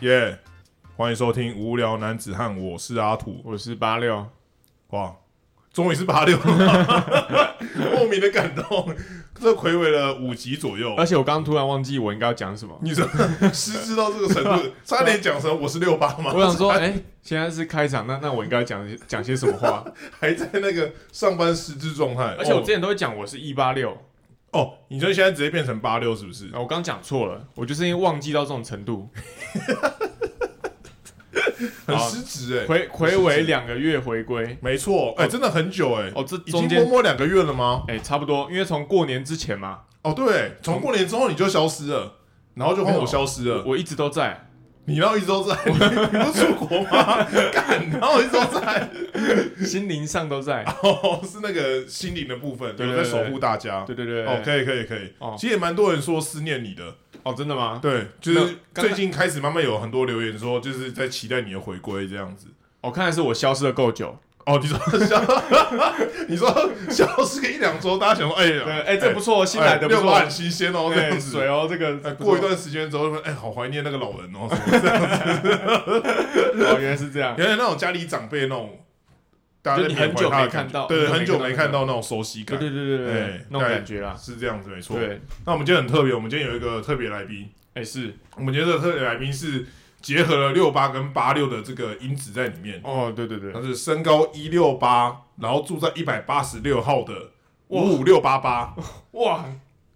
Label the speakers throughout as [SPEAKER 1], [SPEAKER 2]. [SPEAKER 1] 耶、欢迎收听《无聊男子汉》，我是阿土。
[SPEAKER 2] 我是八六，
[SPEAKER 1] 哇，终于是八六了， 莫名的感动。这魁违了五集左右，。
[SPEAKER 2] 而且我刚刚突然忘记我应该要讲什么
[SPEAKER 1] 你这失智到这个程度，差点讲成我是六八嘛。
[SPEAKER 2] 啊我想 说，哎、现在是开场，那那我应该讲讲些什么 话？
[SPEAKER 1] 还在那个上班失智状态。
[SPEAKER 2] 而且我之前都会讲我是一八六，
[SPEAKER 1] 哦哦，你就现在直接变成八六是不是
[SPEAKER 2] 啊？我刚讲错了，我就是因为忘记到这种程 度。
[SPEAKER 1] 很
[SPEAKER 2] 好
[SPEAKER 1] 失职哎、
[SPEAKER 2] 回回违两个月回归，
[SPEAKER 1] 没错，哎、真的很久哎、
[SPEAKER 2] 哦，这
[SPEAKER 1] 已
[SPEAKER 2] 中
[SPEAKER 1] 经
[SPEAKER 2] 间
[SPEAKER 1] 摸摸两个月了吗？
[SPEAKER 2] 哎、差不多，因为从过年之前嘛，
[SPEAKER 1] 哦，对，从过年之后你就消失了，然后就换我消失了。
[SPEAKER 2] 我一直都在。
[SPEAKER 1] 你然后一直都在， 你你不出国吗？ 干，然后一直都在。
[SPEAKER 2] 心灵上都 在，
[SPEAKER 1] 哦，是那个心灵的部分，
[SPEAKER 2] 对
[SPEAKER 1] 有
[SPEAKER 2] 对
[SPEAKER 1] 在
[SPEAKER 2] 对
[SPEAKER 1] 守护大家。
[SPEAKER 2] 对对对
[SPEAKER 1] 哦，可以可以可以
[SPEAKER 2] 哦。
[SPEAKER 1] 其实也蛮多人说思念你的，
[SPEAKER 2] 哦，真的吗？
[SPEAKER 1] 对，就
[SPEAKER 2] 没有
[SPEAKER 1] 是
[SPEAKER 2] 刚才
[SPEAKER 1] 最近开始慢慢有很多留言说，就是在期待你的回归这样子。
[SPEAKER 2] 哦，看来是我消失的够久。
[SPEAKER 1] 哦，你 说消，你说消失个一两周，大家想说，哎呀，
[SPEAKER 2] 对，哎、这不错，新来的不
[SPEAKER 1] 六
[SPEAKER 2] 错
[SPEAKER 1] 八，很新鲜哦，这样
[SPEAKER 2] 哎
[SPEAKER 1] 子
[SPEAKER 2] 水。哦，这个
[SPEAKER 1] 哎，
[SPEAKER 2] 不
[SPEAKER 1] 过一
[SPEAKER 2] 错
[SPEAKER 1] 段时间之后，哎，好怀念那个老人哦，
[SPEAKER 2] 哦，原来是这样。
[SPEAKER 1] 原来那种家里长辈那种，大家在
[SPEAKER 2] 就你很
[SPEAKER 1] 缅怀
[SPEAKER 2] 久
[SPEAKER 1] 他的
[SPEAKER 2] 没
[SPEAKER 1] 感
[SPEAKER 2] 看到
[SPEAKER 1] 觉对，
[SPEAKER 2] 很久
[SPEAKER 1] 很久没
[SPEAKER 2] 没
[SPEAKER 1] 看
[SPEAKER 2] 看
[SPEAKER 1] 到那种熟悉感，
[SPEAKER 2] 对对对对
[SPEAKER 1] 哎
[SPEAKER 2] 对，那种
[SPEAKER 1] 对
[SPEAKER 2] 感觉啦。
[SPEAKER 1] 是这样子，没错。
[SPEAKER 2] 对，
[SPEAKER 1] 那我们今天很特别，我们今天有一个特别来宾，
[SPEAKER 2] 哎、是
[SPEAKER 1] 我们今天的特别来宾是结合了六八跟八六的这个因子在里面，
[SPEAKER 2] 哦，对对对，
[SPEAKER 1] 他是身高一六八，然后住在一百八十六号的五五六八八，
[SPEAKER 2] 哇，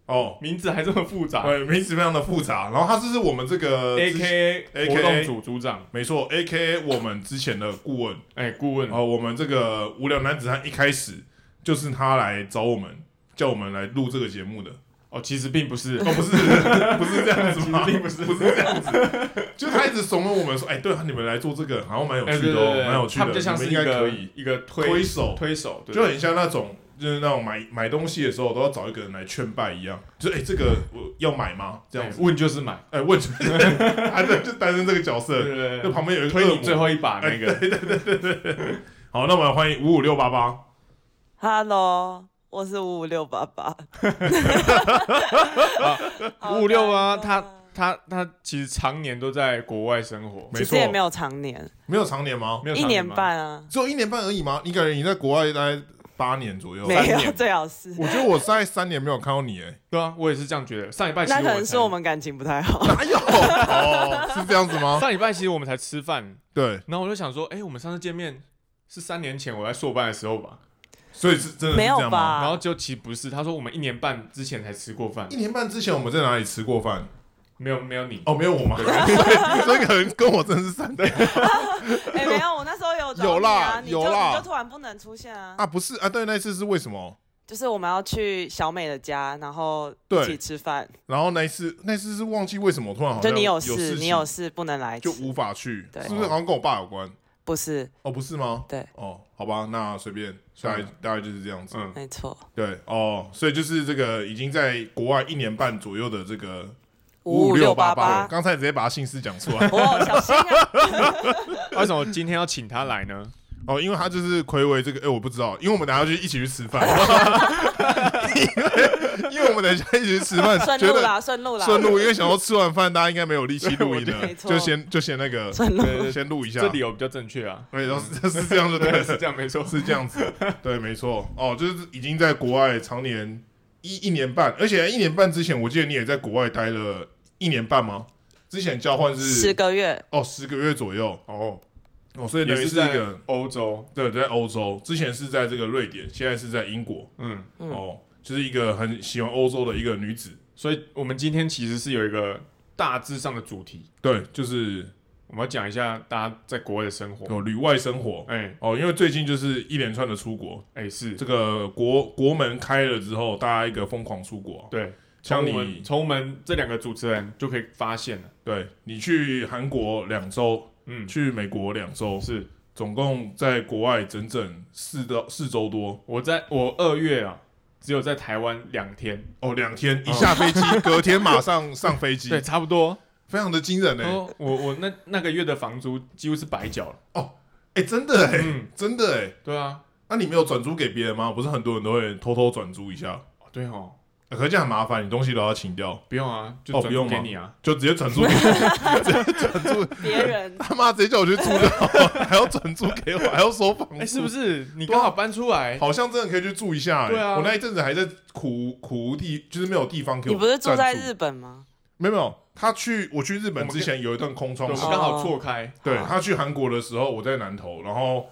[SPEAKER 1] 哦，
[SPEAKER 2] 名字还这么复杂
[SPEAKER 1] 对，名字非常的复杂。然后他这是我们这个
[SPEAKER 2] ，A
[SPEAKER 1] 之前
[SPEAKER 2] K A 活
[SPEAKER 1] AKA
[SPEAKER 2] 动组组长，
[SPEAKER 1] 没错，A K A 我们之前的顾问。
[SPEAKER 2] 哎、顾问，
[SPEAKER 1] 哦，我们这个无聊男子汉一开始就是他来找我们，叫我们来录这个节目的。
[SPEAKER 2] 哦，其实并不是，
[SPEAKER 1] 哦，不是， 不是这样子吗？
[SPEAKER 2] 其实并不是
[SPEAKER 1] 不是这样子。就他一直怂恿我们说：“哎，对啊，你们来做这个，好像蛮有
[SPEAKER 2] 哎、
[SPEAKER 1] 趣
[SPEAKER 2] 对对
[SPEAKER 1] 的哦，
[SPEAKER 2] 对，
[SPEAKER 1] 蛮有趣
[SPEAKER 2] 他
[SPEAKER 1] 的，
[SPEAKER 2] 们就像
[SPEAKER 1] 你
[SPEAKER 2] 是
[SPEAKER 1] 们
[SPEAKER 2] 一
[SPEAKER 1] 应该可
[SPEAKER 2] 个
[SPEAKER 1] 以
[SPEAKER 2] 一个推
[SPEAKER 1] 推手，
[SPEAKER 2] 推手，对
[SPEAKER 1] 就很像那种就是那种买买东西的时候都要找一个人来劝败一样，就是哎，这个我要买吗？这样子，
[SPEAKER 2] 哎问就是买，
[SPEAKER 1] 哎，问， 他就就担任这个角
[SPEAKER 2] 对
[SPEAKER 1] 色，
[SPEAKER 2] 对
[SPEAKER 1] 就
[SPEAKER 2] 对，
[SPEAKER 1] 旁边有一个
[SPEAKER 2] 推
[SPEAKER 1] 恶
[SPEAKER 2] 你
[SPEAKER 1] 魔
[SPEAKER 2] 最后一把那个，
[SPEAKER 1] 好，那我们来欢迎五五六八八。
[SPEAKER 3] Hello，我是五五六八八。哦
[SPEAKER 2] 五五六啊，
[SPEAKER 3] 好尴尬
[SPEAKER 2] 他他他其实常年都在国外生活，
[SPEAKER 1] 没
[SPEAKER 3] 其实
[SPEAKER 1] 错
[SPEAKER 3] 也没有常年，
[SPEAKER 1] 没有常年吗？
[SPEAKER 2] 没有
[SPEAKER 3] 一
[SPEAKER 2] 常
[SPEAKER 3] 年
[SPEAKER 2] 吗，
[SPEAKER 3] 半啊，
[SPEAKER 1] 只有一年半而已吗？你感觉你在国外大概八年左右？
[SPEAKER 3] 没
[SPEAKER 2] 三
[SPEAKER 3] 有
[SPEAKER 2] 年
[SPEAKER 3] 最好是。
[SPEAKER 1] 我觉得我大概三年没有看到你、欸，
[SPEAKER 2] 对啊，我也是这样觉得。上礼拜其实
[SPEAKER 3] 那可能
[SPEAKER 2] 才
[SPEAKER 3] 是我们感情不太 好。
[SPEAKER 1] 哪有？哦，是这样子吗？
[SPEAKER 2] 上礼拜其实我们才吃饭，
[SPEAKER 1] 对，
[SPEAKER 2] 然后我就想说，哎、我们上次见面是三年前我在硕班的时候吧？
[SPEAKER 1] 所以是真的是
[SPEAKER 3] 没有
[SPEAKER 1] 这样吗？
[SPEAKER 3] 吧啊
[SPEAKER 2] 然后就其实不是，他说我们一年半之前才吃过饭
[SPEAKER 1] 一，年半之前我们在哪里吃过饭？
[SPEAKER 2] 没有没有你，
[SPEAKER 1] 哦，没有我吗？对 所以可能跟我真的是三年
[SPEAKER 3] 哎，没有，我那时候有找
[SPEAKER 1] 有啦
[SPEAKER 3] 你啊你就
[SPEAKER 1] 有啦
[SPEAKER 3] 你就突然不能出现啊。
[SPEAKER 1] 啊，不是啊，对，那一次是为什么？
[SPEAKER 3] 就是我们要去小美的家，然后
[SPEAKER 1] 对
[SPEAKER 3] 一起吃饭。
[SPEAKER 1] 然后那一次，那次是忘记为什么突然好
[SPEAKER 3] 就
[SPEAKER 1] 像
[SPEAKER 3] 你
[SPEAKER 1] 有
[SPEAKER 3] 事，你有
[SPEAKER 1] 有
[SPEAKER 3] 事不能来
[SPEAKER 1] 就
[SPEAKER 3] 吃，
[SPEAKER 1] 无法去，
[SPEAKER 3] 对
[SPEAKER 1] 是不是好像跟我爸有关？
[SPEAKER 3] 不是？
[SPEAKER 1] 哦，不是吗？
[SPEAKER 3] 对，
[SPEAKER 1] 哦，好吧，那随便，大
[SPEAKER 2] 算
[SPEAKER 1] 概
[SPEAKER 2] 了
[SPEAKER 1] 大概就是这样子。
[SPEAKER 2] 嗯，
[SPEAKER 3] 没错。
[SPEAKER 1] 对哦，所以就是这个已经在国外一年半左右的这个
[SPEAKER 3] 五六八
[SPEAKER 1] 5588，刚才直接把他姓氏讲 出来
[SPEAKER 3] 哦，小心 啊！
[SPEAKER 2] 啊为什么今天要请他来呢？
[SPEAKER 1] 哦，因为他就是魁违这个，哎、我不知道，因为我们等下去一起去吃 饭，因为因为我们等一下一起去吃饭，
[SPEAKER 3] 顺
[SPEAKER 1] 觉
[SPEAKER 3] 路
[SPEAKER 1] 得
[SPEAKER 3] 啦，顺路啦，
[SPEAKER 1] 顺路，因为想说吃完饭大家应该没有力气录音了，
[SPEAKER 3] 没错
[SPEAKER 1] 就先就先那个
[SPEAKER 3] 顺路。
[SPEAKER 2] 对对，
[SPEAKER 1] 先录一下
[SPEAKER 2] 这，理由比较正确啊，
[SPEAKER 1] 对，然后是是这样就对 了，
[SPEAKER 2] 是这样没错。
[SPEAKER 1] 是这样子，对，没错，哦，就是已经在国外常年一一年半，而且一年半之前，我记得你也在国外待了一年半吗？之前交换是
[SPEAKER 3] 十个月，
[SPEAKER 1] 哦十个月左右
[SPEAKER 2] 哦，
[SPEAKER 1] 哦，所以
[SPEAKER 2] 也
[SPEAKER 1] 等于
[SPEAKER 2] 是
[SPEAKER 1] 是一
[SPEAKER 2] 在
[SPEAKER 1] 个
[SPEAKER 2] 欧洲，
[SPEAKER 1] 对，在欧洲之前是在这个瑞典，现在是在英国、
[SPEAKER 2] 嗯，
[SPEAKER 3] 嗯
[SPEAKER 1] 哦，就是一个很喜欢欧洲的一个女子，
[SPEAKER 2] 所以我们今天其实是有一个大致上的主题，
[SPEAKER 1] 对，就是
[SPEAKER 2] 我们要讲一下大家在国外的生活。
[SPEAKER 1] 有旅外生活。
[SPEAKER 2] 哎
[SPEAKER 1] 哦，因为最近就是一连串的出国，
[SPEAKER 2] 哎是，
[SPEAKER 1] 这个国国门开了之后，大家一个疯狂出国啊、
[SPEAKER 2] 对，
[SPEAKER 1] 像
[SPEAKER 2] 从我
[SPEAKER 1] 你
[SPEAKER 2] 们从我们这两个主持人就可以发现了，
[SPEAKER 1] 对你去韩国两周，
[SPEAKER 2] 嗯，
[SPEAKER 1] 去美国两周，
[SPEAKER 2] 是
[SPEAKER 1] 总共在国外整整四到四周多
[SPEAKER 2] 我在我二月啊，只有在台湾两天，
[SPEAKER 1] 哦，两天一下 飞机，隔天马上上飞机，
[SPEAKER 2] 对，差不多。哦
[SPEAKER 1] 非常的惊人欸呢、
[SPEAKER 2] 然后我我那那个月的房租几乎是白缴了。
[SPEAKER 1] 哎、真的哎、
[SPEAKER 2] 嗯，
[SPEAKER 1] 真的哎、
[SPEAKER 2] 对啊，
[SPEAKER 1] 那、你没有转租给别人吗？不是很多人都会偷偷转租一下？
[SPEAKER 2] 哦对哦，
[SPEAKER 1] 呃可是这样很麻烦，你东西都要清掉，
[SPEAKER 2] 不用啊，就
[SPEAKER 1] 哦
[SPEAKER 2] 转
[SPEAKER 1] 不用
[SPEAKER 2] 租
[SPEAKER 1] 吗
[SPEAKER 2] 给你啊。
[SPEAKER 1] 就直接转 租给
[SPEAKER 3] 别人
[SPEAKER 1] 他妈，直接叫我去租就 好了，还要转租给我，还要收房租，
[SPEAKER 2] 哎，是不？是你
[SPEAKER 1] 对啊
[SPEAKER 2] 刚好搬出来？
[SPEAKER 1] 好像真的可以去住一下、欸。
[SPEAKER 2] 对啊
[SPEAKER 1] 我那一阵子还在苦苦无地，就是没有地 方给我。
[SPEAKER 3] 你不是住在日？本吗？
[SPEAKER 1] 没有没有，他去我去日本之前有一段空
[SPEAKER 2] 对
[SPEAKER 1] 窗
[SPEAKER 2] 我们
[SPEAKER 1] 期，
[SPEAKER 2] 刚好错开。
[SPEAKER 1] 啊
[SPEAKER 2] 啊
[SPEAKER 1] 对
[SPEAKER 3] 好
[SPEAKER 1] 他去韩国的时候我在南投，然后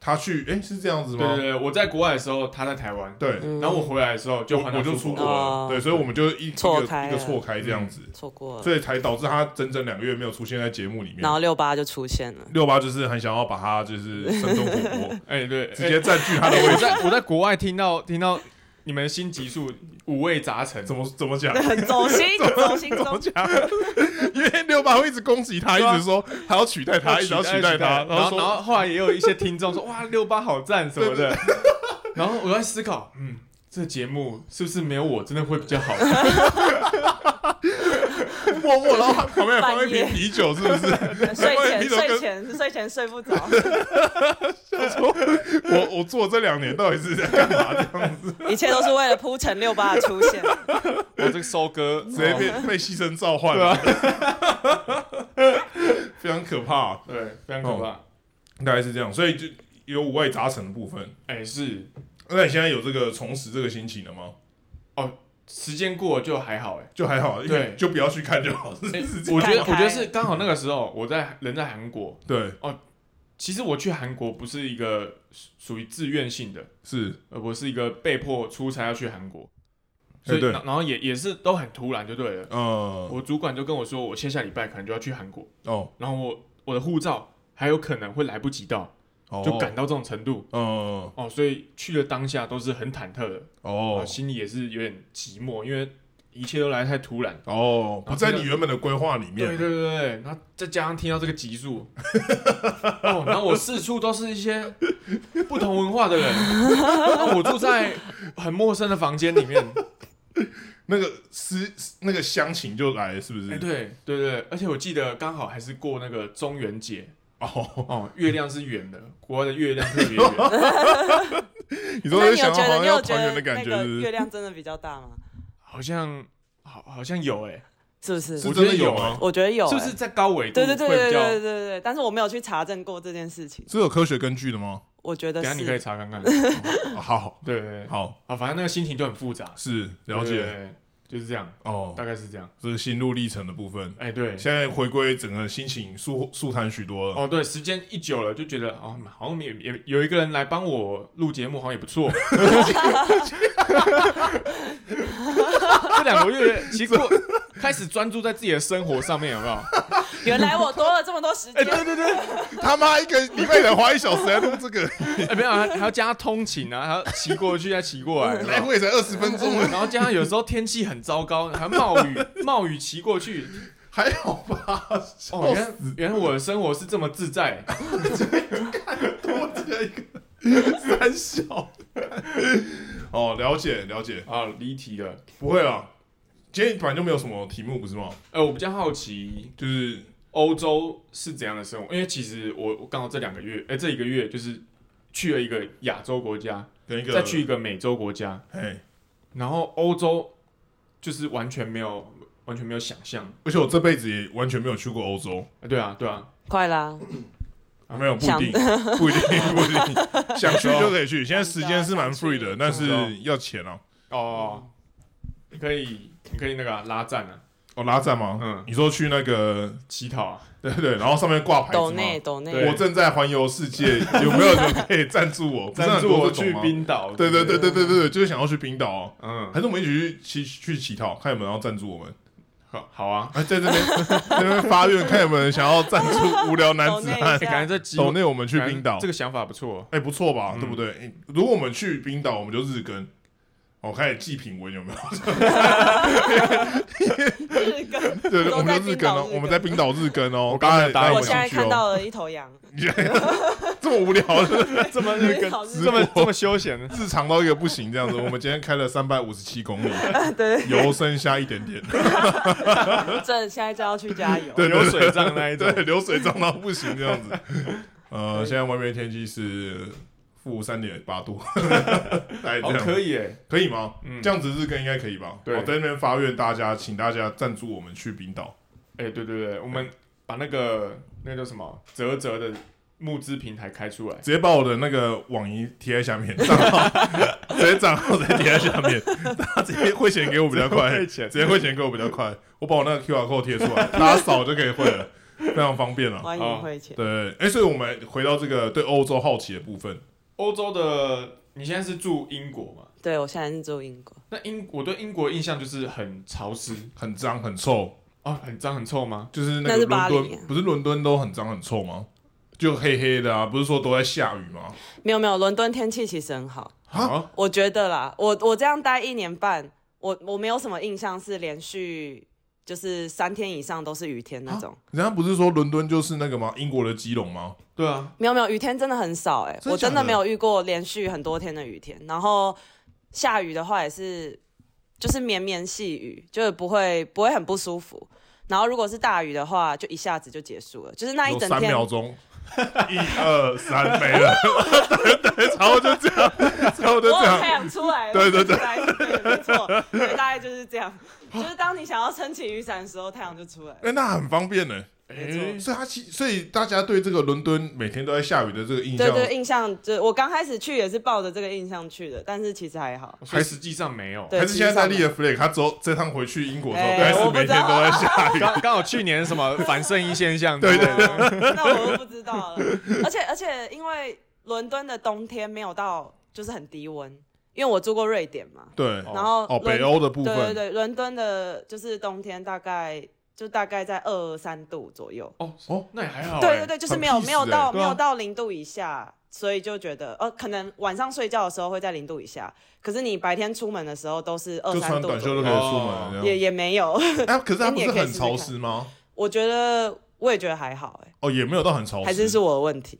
[SPEAKER 1] 他去哎、是这样子
[SPEAKER 2] 对
[SPEAKER 1] 吗
[SPEAKER 2] 对？对，我在国外的时候，他在台湾，
[SPEAKER 1] 对，
[SPEAKER 3] 嗯
[SPEAKER 2] 然后我回来的时候就
[SPEAKER 1] 我
[SPEAKER 2] 换他
[SPEAKER 1] 我就出国嗯
[SPEAKER 2] 国
[SPEAKER 1] 了，
[SPEAKER 2] 了。
[SPEAKER 3] 哦
[SPEAKER 1] 对，所以我们就一一
[SPEAKER 3] 错
[SPEAKER 1] 个
[SPEAKER 3] 开
[SPEAKER 1] 一个
[SPEAKER 3] 了
[SPEAKER 1] 错开这样子，
[SPEAKER 3] 错过了，
[SPEAKER 1] 所以才导致他整整两个月没有出现在节目里面
[SPEAKER 3] 然。后六八就出现了。
[SPEAKER 1] 六八就是很想要把他 就是生动活泼，
[SPEAKER 2] 哎，对，
[SPEAKER 1] 直接占据他
[SPEAKER 2] 哎。
[SPEAKER 1] 的
[SPEAKER 2] 哎
[SPEAKER 1] 位
[SPEAKER 2] 我
[SPEAKER 1] 置。
[SPEAKER 2] 在我在国外听到听到你们的新集数五味杂陈，
[SPEAKER 1] 怎么怎 么讲？
[SPEAKER 3] 走心，走心，
[SPEAKER 1] 怎么
[SPEAKER 3] 走心。
[SPEAKER 1] 讲？因为六八会一直攻击他，
[SPEAKER 2] 对啊
[SPEAKER 1] 一直说还要取代他，一直要取代他，
[SPEAKER 2] 然后
[SPEAKER 1] 说
[SPEAKER 2] 然后后来也有一些 听众说哇六八好赞什么的， 然后我在思考，嗯，这节目是不是没有我真的会比较 好？
[SPEAKER 1] 默默，然后他旁边还放一瓶
[SPEAKER 3] 半夜
[SPEAKER 1] 啤酒，是不是？
[SPEAKER 3] 睡前，
[SPEAKER 1] 你怎么跟
[SPEAKER 3] 睡前，睡前睡不着，
[SPEAKER 1] 我我做这两年到底是在干嘛？这样子
[SPEAKER 3] 一切都是为了铺陈六八的出现。
[SPEAKER 2] 我这个收割 哦
[SPEAKER 1] 直接被被牺牲召唤了，非常可怕、
[SPEAKER 2] 对，非常可怕。
[SPEAKER 1] 大概是这样，所以就有五味杂陈的部分。
[SPEAKER 2] 哎、是
[SPEAKER 1] 那你现在有这个重拾这个心情了吗？
[SPEAKER 2] 时间过了就还好 哎、
[SPEAKER 1] 就还好，因为
[SPEAKER 2] 对
[SPEAKER 1] 就不要去看就好，是
[SPEAKER 2] 哎
[SPEAKER 1] 是这样。
[SPEAKER 2] 我觉得
[SPEAKER 3] 看开
[SPEAKER 2] 我觉得是刚好那个时候我在人在韩国，
[SPEAKER 1] 对，
[SPEAKER 2] 其实我去韩国不是一个属属于自愿性的，
[SPEAKER 1] 是
[SPEAKER 2] 而我是一个被迫出差要去韩国，
[SPEAKER 1] 哎
[SPEAKER 2] 所以、
[SPEAKER 1] 对
[SPEAKER 2] 然然后也也是都很突然就对了。
[SPEAKER 1] 呃
[SPEAKER 2] 我主管就跟我说，我下下礼拜可能就要去韩国。
[SPEAKER 1] 哦
[SPEAKER 2] 然后我我的护照还有可能会来不及到，
[SPEAKER 1] 哦，
[SPEAKER 2] 就赶到这种程度
[SPEAKER 1] 呃
[SPEAKER 2] 哦，所以去了当下都是很忐忑的，
[SPEAKER 1] 哦
[SPEAKER 2] 啊心里也是有点寂寞，因为一切都来得太突然。
[SPEAKER 1] 哦，不在你原本的规划里面。
[SPEAKER 2] 对对对对，然后再加上听到这个集数， 哦，然后我四处都是一些不同文化的人，然后我住在很陌生的房间里面，
[SPEAKER 1] 那个思那个乡情就来了，是不是？
[SPEAKER 2] 哎，对对对，而且我记得刚好还是过那个中元节
[SPEAKER 1] 哦，
[SPEAKER 2] 哦，月亮是圆的，国外的月亮特别圆，
[SPEAKER 1] 你说
[SPEAKER 3] 那
[SPEAKER 1] 就
[SPEAKER 3] 你有
[SPEAKER 1] 想
[SPEAKER 3] 觉
[SPEAKER 1] 好
[SPEAKER 3] 得，
[SPEAKER 1] 像
[SPEAKER 3] 你
[SPEAKER 1] 要
[SPEAKER 3] 有觉
[SPEAKER 1] 团圆
[SPEAKER 3] 得
[SPEAKER 1] 的感
[SPEAKER 3] 那
[SPEAKER 1] 觉，
[SPEAKER 3] 个
[SPEAKER 1] 是不
[SPEAKER 3] 月
[SPEAKER 1] 是？
[SPEAKER 3] 亮真的比较大吗？
[SPEAKER 2] 好像好好像有哎、
[SPEAKER 3] 是不是
[SPEAKER 1] 是？
[SPEAKER 2] 我
[SPEAKER 1] 真
[SPEAKER 2] 觉
[SPEAKER 1] 的
[SPEAKER 2] 得
[SPEAKER 1] 有
[SPEAKER 2] 有
[SPEAKER 1] 吗？
[SPEAKER 3] 我觉得有，
[SPEAKER 2] 是不是
[SPEAKER 3] 欸
[SPEAKER 2] 在高纬度
[SPEAKER 3] 对
[SPEAKER 2] 会
[SPEAKER 3] 对
[SPEAKER 2] 比较？
[SPEAKER 3] 对对对对对对，但是我没有去查证过这件事情，
[SPEAKER 1] 这有科学根据的吗？
[SPEAKER 3] 我觉
[SPEAKER 2] 等
[SPEAKER 3] 得
[SPEAKER 2] 一下你可以
[SPEAKER 3] 是
[SPEAKER 2] 查看 看。
[SPEAKER 1] 啊好
[SPEAKER 2] 对对对，
[SPEAKER 1] 好
[SPEAKER 2] 好，反正那个心情就很复杂。
[SPEAKER 1] 是了
[SPEAKER 2] 对，对
[SPEAKER 1] 解
[SPEAKER 2] 对就是这样，
[SPEAKER 1] 哦，
[SPEAKER 2] 大概是这样。
[SPEAKER 1] 这是心路历程的部分。
[SPEAKER 2] 哎，对，
[SPEAKER 1] 现在回归整个心情舒舒坦许多了。
[SPEAKER 2] 哦对，时间一久了就觉得哦，好像也也有一个人来帮我录节目，好像也不错。 这两个月其实过开始专注在自己的生活上面，有没有？
[SPEAKER 3] 原来我多了这么多时间，
[SPEAKER 2] 哎对对，
[SPEAKER 1] 他妈一个礼拜才花一小时来录这 个，
[SPEAKER 2] 哎没有，还还要加通勤啊，还要骑过去再骑过来，有没有
[SPEAKER 1] 来回也才二十分钟了，
[SPEAKER 2] 然后加上有时候天气很糟糕，还冒雨， 冒雨骑过去。
[SPEAKER 1] 还好吧？
[SPEAKER 2] 哦，原来原来我的生活是这么自在。
[SPEAKER 1] 多这一个三小。哦，了解了解，
[SPEAKER 2] 啊，离题了。
[SPEAKER 1] 不会啦。今天本来就没有什么题目，不是吗？
[SPEAKER 2] 哎、我比较好奇
[SPEAKER 1] 就是
[SPEAKER 2] 欧洲是怎样的生活，因为其实我我刚好这两个月，哎、这一个月就是去了一个亚洲国家，
[SPEAKER 1] 跟一个
[SPEAKER 2] 再去一个美洲国家，
[SPEAKER 1] 哎，
[SPEAKER 2] 然后欧洲就是完全没有完全没有想象。
[SPEAKER 1] 而且我这辈子也完全没有去过欧洲，
[SPEAKER 2] 啊，对啊，对啊，
[SPEAKER 3] 快啦，
[SPEAKER 1] 啊，没有不一
[SPEAKER 3] 想
[SPEAKER 1] 定，不一定，不一 定，想去就可以去。现在时间是蛮
[SPEAKER 3] 想
[SPEAKER 1] free
[SPEAKER 3] 去
[SPEAKER 1] 的，但是要钱啊。
[SPEAKER 2] 哦，你可以你可以那个啊、拉赞啊，
[SPEAKER 1] 哦，拉赞吗？
[SPEAKER 2] 嗯
[SPEAKER 1] 你说去那个，
[SPEAKER 2] 乞讨啊，
[SPEAKER 1] 对对，然后上面挂牌子
[SPEAKER 3] 抖
[SPEAKER 1] 吗？
[SPEAKER 3] 内抖内
[SPEAKER 2] 对，
[SPEAKER 1] 我正在环游世界， 有没有人可以赞助 我？不是
[SPEAKER 2] 赞
[SPEAKER 1] 很
[SPEAKER 2] 助
[SPEAKER 1] 多
[SPEAKER 2] 我
[SPEAKER 1] 这种
[SPEAKER 2] 去
[SPEAKER 1] 吗
[SPEAKER 2] 冰岛。
[SPEAKER 1] 对对对对对对，对就是想要去冰岛哦。
[SPEAKER 2] 嗯，
[SPEAKER 1] 还是我们一起去乞去乞讨，看有没有人要赞助我们？
[SPEAKER 2] 好，好啊。
[SPEAKER 1] 哎，在这 边在这边发愿，看有没有人想要赞助无聊男子汉
[SPEAKER 3] 抖内一，下
[SPEAKER 2] 哎感觉这 机
[SPEAKER 1] 岛
[SPEAKER 2] 会
[SPEAKER 1] 内我们去冰岛
[SPEAKER 2] 这，个想法不 错。
[SPEAKER 1] 哎，不错吧？
[SPEAKER 2] 嗯
[SPEAKER 1] 对不对？哎如果我们去冰岛，我们就日更。我开始记品文有没 有？
[SPEAKER 3] 日更。
[SPEAKER 1] 对对，
[SPEAKER 3] 都
[SPEAKER 1] 我们就
[SPEAKER 3] 在
[SPEAKER 1] 日
[SPEAKER 3] 冰
[SPEAKER 1] 更
[SPEAKER 3] 岛
[SPEAKER 1] 哦
[SPEAKER 3] 日，更
[SPEAKER 1] 我们在冰岛日更哦。
[SPEAKER 2] 我刚才
[SPEAKER 1] 大家
[SPEAKER 2] 哎
[SPEAKER 1] 大
[SPEAKER 3] 我
[SPEAKER 2] 有
[SPEAKER 3] 现
[SPEAKER 1] 家
[SPEAKER 3] 在
[SPEAKER 1] 有兴趣
[SPEAKER 3] 看
[SPEAKER 1] 哦。
[SPEAKER 3] 到了一头羊，
[SPEAKER 1] 这么无聊的，
[SPEAKER 2] 这么
[SPEAKER 3] 日更好日更
[SPEAKER 1] 这么这
[SPEAKER 2] 么休闲，
[SPEAKER 1] 日常到一个不行这样子。我们今天开了三百五十七 公里，
[SPEAKER 3] 对，
[SPEAKER 1] 油剩下一点点。
[SPEAKER 3] 正现在就要去加油。
[SPEAKER 1] 对对
[SPEAKER 2] 流水账 那一种
[SPEAKER 1] 对，流水账到不行这样子。呃，现在外面天气是负三点八度， 大概这
[SPEAKER 2] 好
[SPEAKER 1] 样
[SPEAKER 2] 可以哎，
[SPEAKER 1] 可以吗？
[SPEAKER 2] 嗯
[SPEAKER 1] 这样子日更应该可以吧？
[SPEAKER 2] 对
[SPEAKER 1] 我在那边发愿大家，请大家赞助我们去冰岛。
[SPEAKER 2] 哎，对对对，我们把那个那个叫什么泽泽的募资平台开出来，
[SPEAKER 1] 直接把我的那个网银贴在下面，账号 直接账号再贴在下面，大家直接汇钱给我 比较快，
[SPEAKER 2] 直接汇
[SPEAKER 1] 直
[SPEAKER 2] 钱
[SPEAKER 1] 接汇钱给我比较快。我把我那个 QR code 贴出来，大家扫就可以汇了，非常方便了。
[SPEAKER 3] 欢迎汇钱。
[SPEAKER 1] 对，哎、所以我们回到这个对欧洲好奇的部分，
[SPEAKER 2] 欧洲的，你现在是住英国嘛？
[SPEAKER 3] 对我现在是住英国，
[SPEAKER 2] 那英我对英国的印象就是很潮湿
[SPEAKER 1] 很脏很臭，
[SPEAKER 2] 哦，很脏很臭吗？
[SPEAKER 1] 就是
[SPEAKER 3] 那
[SPEAKER 1] 个
[SPEAKER 3] 是
[SPEAKER 1] 伦
[SPEAKER 3] 巴
[SPEAKER 1] 敦，
[SPEAKER 3] 黎啊
[SPEAKER 1] 不是伦敦都很脏很臭吗？就黑黑的啊，不是说都在下雨吗？
[SPEAKER 3] 没有没有，伦敦天气其实很好，
[SPEAKER 2] 啊，
[SPEAKER 3] 我觉得啦，我我这样待一年半，我我没有什么印象是连续就是三天以上都是雨天那种。
[SPEAKER 1] 人家不是说伦敦就是那个吗？英国的基隆吗？
[SPEAKER 2] 对啊，
[SPEAKER 3] 没有没有，雨天真的很少哎、
[SPEAKER 1] 真的
[SPEAKER 3] 我真
[SPEAKER 1] 假
[SPEAKER 3] 的
[SPEAKER 1] 的
[SPEAKER 3] 没有遇过连续很多天的雨天。然后下雨的话也是，就是绵绵细雨，就是不会不会很不舒服。然后如果是大雨的话，就一下子就结束了，就是那一
[SPEAKER 1] 有
[SPEAKER 3] 整
[SPEAKER 1] 三
[SPEAKER 3] 天。
[SPEAKER 1] 秒钟，一二三没了， 对对，然后就这样，然后就
[SPEAKER 3] 我
[SPEAKER 1] 这
[SPEAKER 3] 有
[SPEAKER 1] 样
[SPEAKER 3] 太，阳出来了，
[SPEAKER 1] 对对对
[SPEAKER 3] 出来，对，没错，对，大概就是这样。就是当你想要撑起雨伞的时候，太阳就出来了。
[SPEAKER 1] 哎、那很方便呢、
[SPEAKER 3] 没
[SPEAKER 1] 所
[SPEAKER 2] 哎
[SPEAKER 3] 错
[SPEAKER 1] 以他其所以大家对这个伦敦每天都在下雨的这个印象，
[SPEAKER 3] 对对，印象就我刚开始去也是抱着这个印象去的，但是其实还好。
[SPEAKER 2] 所以实际上没有。
[SPEAKER 3] 对
[SPEAKER 1] 还是现在在
[SPEAKER 3] 其
[SPEAKER 1] 立
[SPEAKER 3] 实
[SPEAKER 1] 了 flag，他之后这趟回去英国之后，
[SPEAKER 3] 哎
[SPEAKER 1] 开始
[SPEAKER 3] 我不
[SPEAKER 1] 每
[SPEAKER 3] 知
[SPEAKER 1] 天
[SPEAKER 3] 道
[SPEAKER 1] 都在 下雨，
[SPEAKER 2] 刚刚好去年什么反圣衣现象，
[SPEAKER 1] 对
[SPEAKER 2] 对
[SPEAKER 3] 哦 那我就不知道了。而且而且，因为伦敦的冬天没有到就是很低温，因为我住过瑞典嘛，
[SPEAKER 1] 对，
[SPEAKER 2] 哦
[SPEAKER 3] 然后
[SPEAKER 1] 哦，
[SPEAKER 3] 伦
[SPEAKER 1] 北欧的部
[SPEAKER 3] 对对
[SPEAKER 1] 分，
[SPEAKER 3] 对，伦敦的就是冬天大概就大概在二三度左右，
[SPEAKER 2] 哦
[SPEAKER 1] 哦
[SPEAKER 2] 哦， 那也还好欸。
[SPEAKER 3] 对对对，就是没有
[SPEAKER 1] 很 peace
[SPEAKER 3] 没有
[SPEAKER 1] 欸
[SPEAKER 3] 到
[SPEAKER 2] 对
[SPEAKER 3] 没
[SPEAKER 2] 啊
[SPEAKER 3] 有到零度以下。所以就觉得，呃，可能晚上睡觉的时候会在零度以下，可是你白天出门的时候都是二
[SPEAKER 1] 就
[SPEAKER 3] 三
[SPEAKER 1] 穿
[SPEAKER 3] 度
[SPEAKER 1] 短
[SPEAKER 3] 左
[SPEAKER 1] 袖就
[SPEAKER 3] 右
[SPEAKER 1] 可以出门了
[SPEAKER 2] 哦
[SPEAKER 1] 这样。
[SPEAKER 3] 也也没有。
[SPEAKER 1] 哎、可是它不是
[SPEAKER 3] 你也可以
[SPEAKER 1] 很
[SPEAKER 3] 试试
[SPEAKER 1] 潮
[SPEAKER 3] 看
[SPEAKER 1] 湿吗？
[SPEAKER 3] 我觉得，我也觉得还好、欸，
[SPEAKER 1] 哦，也没有到很潮湿，
[SPEAKER 3] 还是是我的问题。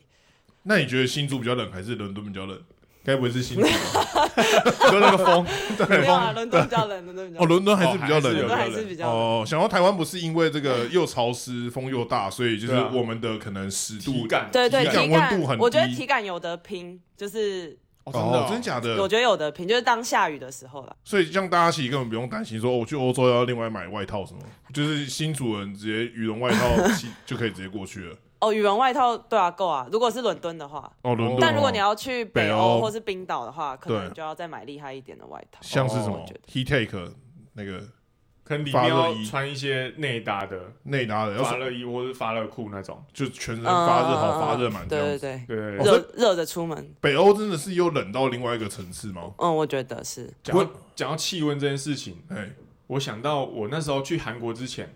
[SPEAKER 1] 那你觉得新竹比较冷，还是伦敦比较冷？该不会是新竹吧？
[SPEAKER 2] 就那个风，
[SPEAKER 3] 没有啊，伦敦比较冷，伦敦比较
[SPEAKER 1] 哦，
[SPEAKER 3] 冷。
[SPEAKER 1] 伦敦还是比较冷，
[SPEAKER 2] 哦还
[SPEAKER 1] 有比较冷
[SPEAKER 2] 是
[SPEAKER 3] 伦敦还是比较冷
[SPEAKER 1] 哦，想到台湾不是因为这个又潮湿、风又大，所以就是
[SPEAKER 2] 对啊
[SPEAKER 1] 我们的可能湿度
[SPEAKER 2] 体感
[SPEAKER 3] 对对，
[SPEAKER 1] 体
[SPEAKER 3] 体
[SPEAKER 1] 感
[SPEAKER 3] 感
[SPEAKER 1] 温度很
[SPEAKER 3] 我觉得
[SPEAKER 1] 低
[SPEAKER 3] 体感有得拼，就是
[SPEAKER 2] 哦
[SPEAKER 1] 哦，真
[SPEAKER 2] 真假？
[SPEAKER 1] 假
[SPEAKER 3] 我
[SPEAKER 1] 的？
[SPEAKER 3] 觉得有得拼，就是当下雨的时候啦。
[SPEAKER 1] 所以像大家其实根本不用担心说，哦我去欧洲要另外买外套什么，就是新主人直接羽绒外套其就可以直接过去了。
[SPEAKER 3] 哦，羽绒外套对啊，够啊。如果是伦敦的话，
[SPEAKER 1] 哦，伦敦哦。
[SPEAKER 3] 但如果你要去北
[SPEAKER 1] 北欧
[SPEAKER 3] 欧或是冰岛的话，可能
[SPEAKER 1] 对
[SPEAKER 3] 就要再买厉害一点的外套。
[SPEAKER 1] 像是什
[SPEAKER 3] 我
[SPEAKER 1] 么
[SPEAKER 3] 觉得
[SPEAKER 1] heat take 那个
[SPEAKER 2] 可能里
[SPEAKER 1] 发
[SPEAKER 2] 面
[SPEAKER 1] 热
[SPEAKER 2] 要
[SPEAKER 1] 衣哎
[SPEAKER 2] 穿一些内搭的
[SPEAKER 1] 内搭的，要
[SPEAKER 2] 发
[SPEAKER 1] 是
[SPEAKER 2] 热衣或者发热裤那种。
[SPEAKER 1] 就全身发
[SPEAKER 3] 嗯
[SPEAKER 1] 热好发热满这
[SPEAKER 3] 对
[SPEAKER 1] 样
[SPEAKER 3] 对
[SPEAKER 1] 子。
[SPEAKER 3] 对，
[SPEAKER 2] 对对
[SPEAKER 1] 哦
[SPEAKER 2] 对，
[SPEAKER 1] 所
[SPEAKER 3] 热热着出门。
[SPEAKER 1] 北欧真的是又冷到另外一个层次吗？
[SPEAKER 3] 嗯，我觉得是。
[SPEAKER 2] 讲到讲到气温这件事情，
[SPEAKER 1] 哎，
[SPEAKER 2] 我想到我那时候去韩国之前，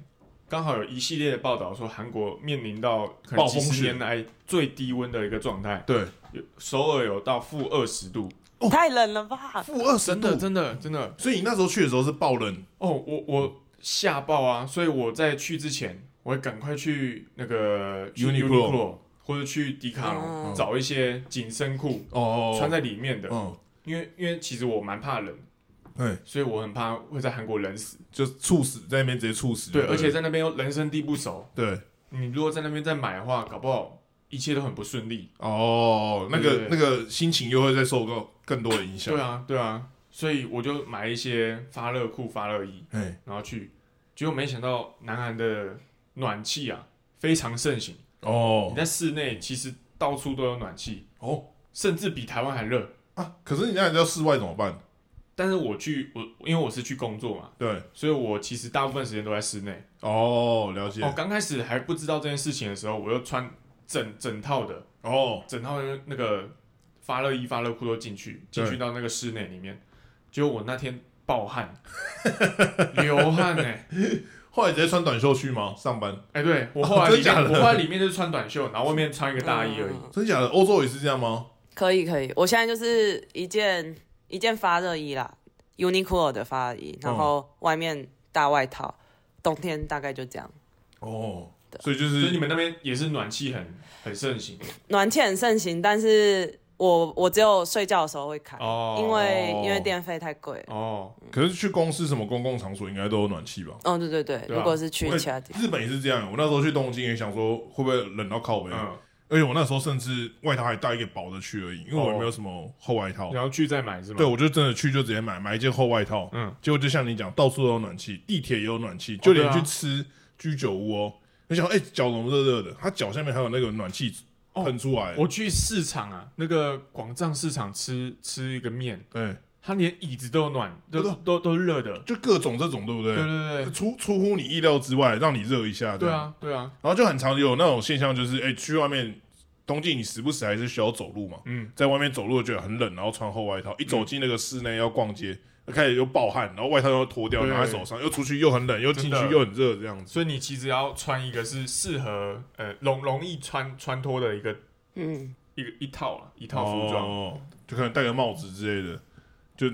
[SPEAKER 2] 刚好有一系列的报道说韩国面临到可能
[SPEAKER 1] 暴风
[SPEAKER 2] 几
[SPEAKER 1] 雪
[SPEAKER 2] 十年来最低温的一个状态，
[SPEAKER 1] 对，
[SPEAKER 2] 有首尔有到负二十度，
[SPEAKER 1] 哦
[SPEAKER 3] 太冷了吧？
[SPEAKER 1] 负二十
[SPEAKER 2] 真的
[SPEAKER 1] 度。
[SPEAKER 2] 真的真的
[SPEAKER 1] 所以你那时候去的时候是爆冷，
[SPEAKER 2] 哦，我我吓爆啊！所以我在去之前，我会赶快去那个去
[SPEAKER 1] Uniqlo
[SPEAKER 2] 或者去迪卡侬、
[SPEAKER 3] 嗯
[SPEAKER 2] 找一些紧身裤
[SPEAKER 1] 哦
[SPEAKER 2] 穿在里面的，
[SPEAKER 1] 嗯，
[SPEAKER 2] 因为因为其实我蛮怕冷，
[SPEAKER 1] 对，
[SPEAKER 2] 所以我很怕会在韩国冷死。
[SPEAKER 1] 就猝死在那边直接猝死。
[SPEAKER 2] 对，而且在那边又人生地不熟，
[SPEAKER 1] 对
[SPEAKER 2] 你如果在那边再买的话，搞不好一切都很不顺利。
[SPEAKER 1] 哦，那个
[SPEAKER 2] 对
[SPEAKER 1] 那个心情又会再受到更多的影响。
[SPEAKER 2] 对啊，对啊，所以我就买一些发热裤、发热衣，
[SPEAKER 1] 哎，
[SPEAKER 2] 然后去，结果没想到南韩的暖气啊非常盛行，你
[SPEAKER 1] 哦
[SPEAKER 2] 在室内其实到处都有暖气，
[SPEAKER 1] 哦
[SPEAKER 2] 甚至比台湾还热。
[SPEAKER 1] 啊！可是你那你在室外怎么办？
[SPEAKER 2] 但是我去我因为我是去工作嘛，
[SPEAKER 1] 对，
[SPEAKER 2] 所以我其实大部分时间都在室内。
[SPEAKER 1] 哦，了解
[SPEAKER 2] 哦，刚开始还不知道这件事情的时候，我又穿整整套的
[SPEAKER 1] 哦，
[SPEAKER 2] 整套的那个发热衣、发热裤都进去，
[SPEAKER 1] 对
[SPEAKER 2] 进去到那个室内里面，结果我那天暴 汗，流汗呢、欸。
[SPEAKER 1] 后来直接穿短袖去吗？上班？
[SPEAKER 2] 哎、对我后来
[SPEAKER 1] 真
[SPEAKER 2] 里面，
[SPEAKER 1] 假的
[SPEAKER 2] 我后来里面就是穿短袖，然后外面穿一个大衣而已。
[SPEAKER 3] 嗯
[SPEAKER 1] 真假的？欧洲也是这样吗？
[SPEAKER 3] 可以可以，我现在就是一件一件发热衣啦，Uniqlo 的发热衣，
[SPEAKER 2] 嗯
[SPEAKER 3] 然后外面大外套，冬天大概就这样。
[SPEAKER 1] 哦，所以就
[SPEAKER 2] 所以你
[SPEAKER 1] 是
[SPEAKER 2] 们那边也是暖气很很盛行
[SPEAKER 3] 暖气很盛行，但是我我只有睡觉的时候会开，
[SPEAKER 2] 哦，
[SPEAKER 3] 因为
[SPEAKER 1] 哦
[SPEAKER 3] 因为电费太贵了。
[SPEAKER 2] 哦，
[SPEAKER 1] 可是去公司什么公共场所应该都有暖气吧？哎
[SPEAKER 3] 哦，对对对，
[SPEAKER 2] 对啊
[SPEAKER 3] 如果是去
[SPEAKER 1] 我也
[SPEAKER 3] 其他地方，
[SPEAKER 1] 日本也是这样，我那时候去东京也想说会不会冷到靠背，
[SPEAKER 2] 嗯，
[SPEAKER 1] 而且我那时候甚至外套还带一个薄的去而已，因为我也没有什么厚外套。
[SPEAKER 2] 然后去再买是吗？
[SPEAKER 1] 对，，我就真的去就直接买买一件厚外套，
[SPEAKER 2] 嗯，
[SPEAKER 1] 结果就像你讲，到处都有暖气，地铁也有暖气，就连
[SPEAKER 2] 对啊
[SPEAKER 1] 去吃居酒屋哦，你想哎脚怎么热热的，它脚下面还有那个暖气
[SPEAKER 2] 哦
[SPEAKER 1] 喷出来，
[SPEAKER 2] 我去市场啊，那个广藏市场吃吃一个面，
[SPEAKER 1] 对，
[SPEAKER 2] 它连椅子都有暖，都
[SPEAKER 1] 对啊
[SPEAKER 2] 都都是热的。
[SPEAKER 1] 就各种这种对不
[SPEAKER 2] 对对对
[SPEAKER 1] 出出乎你意料之外，让你热一下。这
[SPEAKER 2] 对
[SPEAKER 1] 样，
[SPEAKER 2] 啊对啊，
[SPEAKER 1] 然后就很常有那种现象，就是哎、去外面冬季你时不时还是需要走路嘛，
[SPEAKER 2] 嗯，
[SPEAKER 1] 在外面走路觉得很冷，然后穿厚外套，一走进那个室内要逛街，开始又暴汗，然后外套又脱掉
[SPEAKER 2] 对
[SPEAKER 1] 拿在手上，又出去又很冷，又进去
[SPEAKER 2] 真的
[SPEAKER 1] 又很热，这样子。
[SPEAKER 2] 所以你其实要穿一个是适合呃容容易穿穿脱的一个
[SPEAKER 3] 嗯，
[SPEAKER 2] 一个一套啊一套服装。
[SPEAKER 1] 哦，就可能戴个帽子之类的，就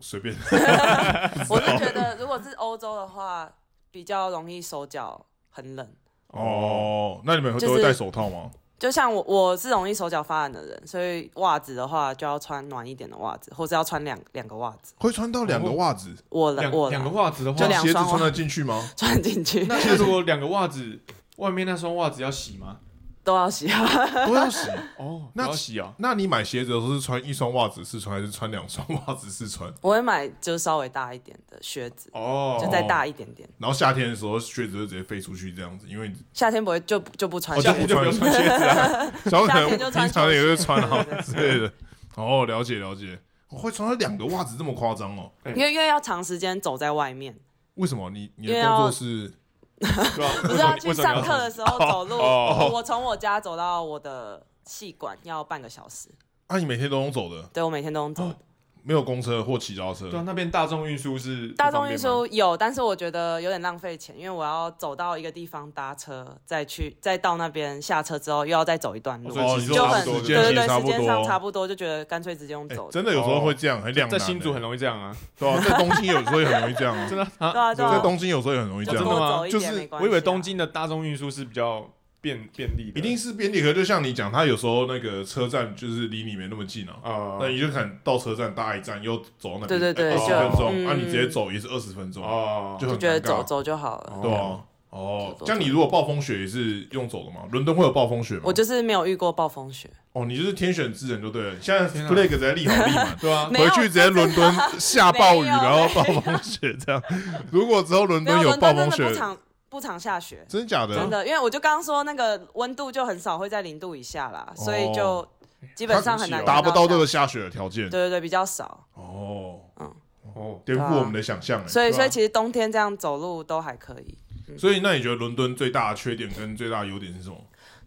[SPEAKER 1] 随便。
[SPEAKER 3] 我是觉得如果是欧洲的话，比较容易手脚很冷。
[SPEAKER 1] 哦，那你们
[SPEAKER 3] 就是
[SPEAKER 1] 都会戴手套吗？
[SPEAKER 3] 就像我，我是容易手脚发冷的人，所以袜子的话就要穿暖一点的袜子，或者要穿两两个袜子。
[SPEAKER 1] 会穿到两个袜子，
[SPEAKER 3] 我
[SPEAKER 2] 两
[SPEAKER 3] 冷，我
[SPEAKER 2] 两个
[SPEAKER 3] 冷，
[SPEAKER 2] 袜子的话
[SPEAKER 3] 就
[SPEAKER 1] 那，
[SPEAKER 3] 哦两
[SPEAKER 1] 鞋子
[SPEAKER 3] 双袜啊
[SPEAKER 1] 穿得进去 吗？
[SPEAKER 3] 穿进去
[SPEAKER 2] 那那如果两个袜子，外面那双袜子要洗吗？
[SPEAKER 3] 都要洗啊。
[SPEAKER 1] 都要洗。
[SPEAKER 2] 哦，
[SPEAKER 1] 那
[SPEAKER 2] 要洗啊。
[SPEAKER 1] 那你买鞋子的时候是穿一双袜子试穿，还是穿两双袜子试穿？
[SPEAKER 3] 我会买就稍微大一点的靴子，
[SPEAKER 2] 哦，
[SPEAKER 3] 就再大一点点。
[SPEAKER 1] 然后夏天的时候靴子就直接飞出去这样子，因为
[SPEAKER 3] 夏天不会就就不穿
[SPEAKER 1] 哦
[SPEAKER 3] 鞋
[SPEAKER 2] 夏
[SPEAKER 3] 子，
[SPEAKER 2] 天就不要穿鞋子啊了。
[SPEAKER 1] 小可
[SPEAKER 3] 夏
[SPEAKER 1] 能
[SPEAKER 3] 天就
[SPEAKER 1] 平
[SPEAKER 3] 穿
[SPEAKER 1] 常也
[SPEAKER 3] 球
[SPEAKER 1] 会
[SPEAKER 3] 鞋
[SPEAKER 1] 穿啊
[SPEAKER 3] 对对
[SPEAKER 1] 之类的。哦，了解了解，我会穿到两个袜子这么夸张哦？
[SPEAKER 3] 因为因为要长时间走在外面，
[SPEAKER 1] 为什么？你你
[SPEAKER 3] 因
[SPEAKER 1] 的
[SPEAKER 3] 为
[SPEAKER 1] 工
[SPEAKER 3] 要
[SPEAKER 1] 作是
[SPEAKER 2] 对吧
[SPEAKER 3] 不
[SPEAKER 2] 为什
[SPEAKER 3] 是
[SPEAKER 2] 么
[SPEAKER 3] 要
[SPEAKER 2] 你
[SPEAKER 3] 去
[SPEAKER 2] 为什么
[SPEAKER 3] 上
[SPEAKER 2] 你要
[SPEAKER 3] 课的时候走路。
[SPEAKER 2] 哦
[SPEAKER 3] 我我从我家走到我的戏馆要半个小时，
[SPEAKER 1] 啊，你每天都用走的，
[SPEAKER 3] 对我每天都能走。
[SPEAKER 1] 没有公车或骑脚踏车
[SPEAKER 2] 对啊，那边大众运输是
[SPEAKER 3] 大众运
[SPEAKER 2] 不
[SPEAKER 3] 输有，但是我觉得有点浪费钱，因为我要走到一个地方搭车，再去再到那边下车之后又要再走一段路，
[SPEAKER 2] 哦所以其实
[SPEAKER 3] 就
[SPEAKER 2] 差
[SPEAKER 3] 很
[SPEAKER 2] 不多
[SPEAKER 3] 对
[SPEAKER 2] 的
[SPEAKER 3] 对对，
[SPEAKER 1] 差
[SPEAKER 3] 时
[SPEAKER 1] 不多
[SPEAKER 3] 间上差不多，就觉得干脆直接用
[SPEAKER 1] 哎
[SPEAKER 3] 走哦的。
[SPEAKER 1] 真的有时候会这样，很
[SPEAKER 2] 方便
[SPEAKER 1] 两
[SPEAKER 2] 吗，在
[SPEAKER 1] 难
[SPEAKER 2] 新竹很
[SPEAKER 1] 欸。
[SPEAKER 2] 容易这样啊，
[SPEAKER 1] 对啊，在东京有时候也很容易这样 啊，
[SPEAKER 2] 真的
[SPEAKER 3] 对
[SPEAKER 2] 啊。
[SPEAKER 3] 啊对
[SPEAKER 1] 在
[SPEAKER 3] 啊，
[SPEAKER 1] 东京有时候也很容易
[SPEAKER 3] 就
[SPEAKER 1] 这
[SPEAKER 2] 真
[SPEAKER 1] 样
[SPEAKER 2] 的。
[SPEAKER 3] 多
[SPEAKER 2] 吗
[SPEAKER 3] 走一点
[SPEAKER 1] 就是
[SPEAKER 3] 没关系啊。
[SPEAKER 2] 我以为东京的大众运输是比较便便利的，
[SPEAKER 1] 一定是便利，可就像你讲，他有时候那个车站就是离你没那么近啊，
[SPEAKER 2] 啊
[SPEAKER 1] 那你就可能到车站搭一站又走那边
[SPEAKER 3] 哦
[SPEAKER 1] 哎
[SPEAKER 3] 对对对
[SPEAKER 1] 二十
[SPEAKER 2] 就
[SPEAKER 1] 分钟，啊
[SPEAKER 3] 嗯
[SPEAKER 1] 那你直接走也是二十分钟，
[SPEAKER 2] 哦，
[SPEAKER 1] 就
[SPEAKER 3] 就
[SPEAKER 1] 很
[SPEAKER 3] 觉得
[SPEAKER 1] 尴尬
[SPEAKER 3] 走走就好了。
[SPEAKER 1] 对啊，哦，
[SPEAKER 3] 走走
[SPEAKER 1] 像你如果暴风雪也是用走的嘛？伦敦会有暴风雪吗？
[SPEAKER 3] 我就是没有遇过暴风雪，
[SPEAKER 1] 哦，你就是天选之人就对了。现在
[SPEAKER 2] 天啊，
[SPEAKER 1] flag 在立好立满
[SPEAKER 2] 对啊，
[SPEAKER 3] 没有
[SPEAKER 1] 回去直接伦敦 下暴雨，
[SPEAKER 3] 没有
[SPEAKER 1] 然后暴风雪这样。如果之后伦
[SPEAKER 3] 没
[SPEAKER 1] 敦
[SPEAKER 3] 伦
[SPEAKER 1] 暴
[SPEAKER 3] 敦
[SPEAKER 1] 风
[SPEAKER 3] 真的不
[SPEAKER 1] 雪，啊
[SPEAKER 3] 常不常下雪，
[SPEAKER 1] 真假的？
[SPEAKER 3] 真的，因为我就刚刚说那个温度就很少会在零度以下啦，所以就基本上很难
[SPEAKER 1] 哦达不到这
[SPEAKER 3] 下
[SPEAKER 1] 个下雪的条件
[SPEAKER 3] 对。对对，比较少。
[SPEAKER 1] 哦，
[SPEAKER 2] 哦，
[SPEAKER 1] 颠
[SPEAKER 3] 对
[SPEAKER 1] 覆
[SPEAKER 3] 啊
[SPEAKER 1] 我们的想象欸。
[SPEAKER 3] 所以，
[SPEAKER 2] 对啊
[SPEAKER 3] 所以其实冬天这样走路都还可以。
[SPEAKER 1] 所以，那你觉得伦敦最大的缺点跟最大的优点是什么？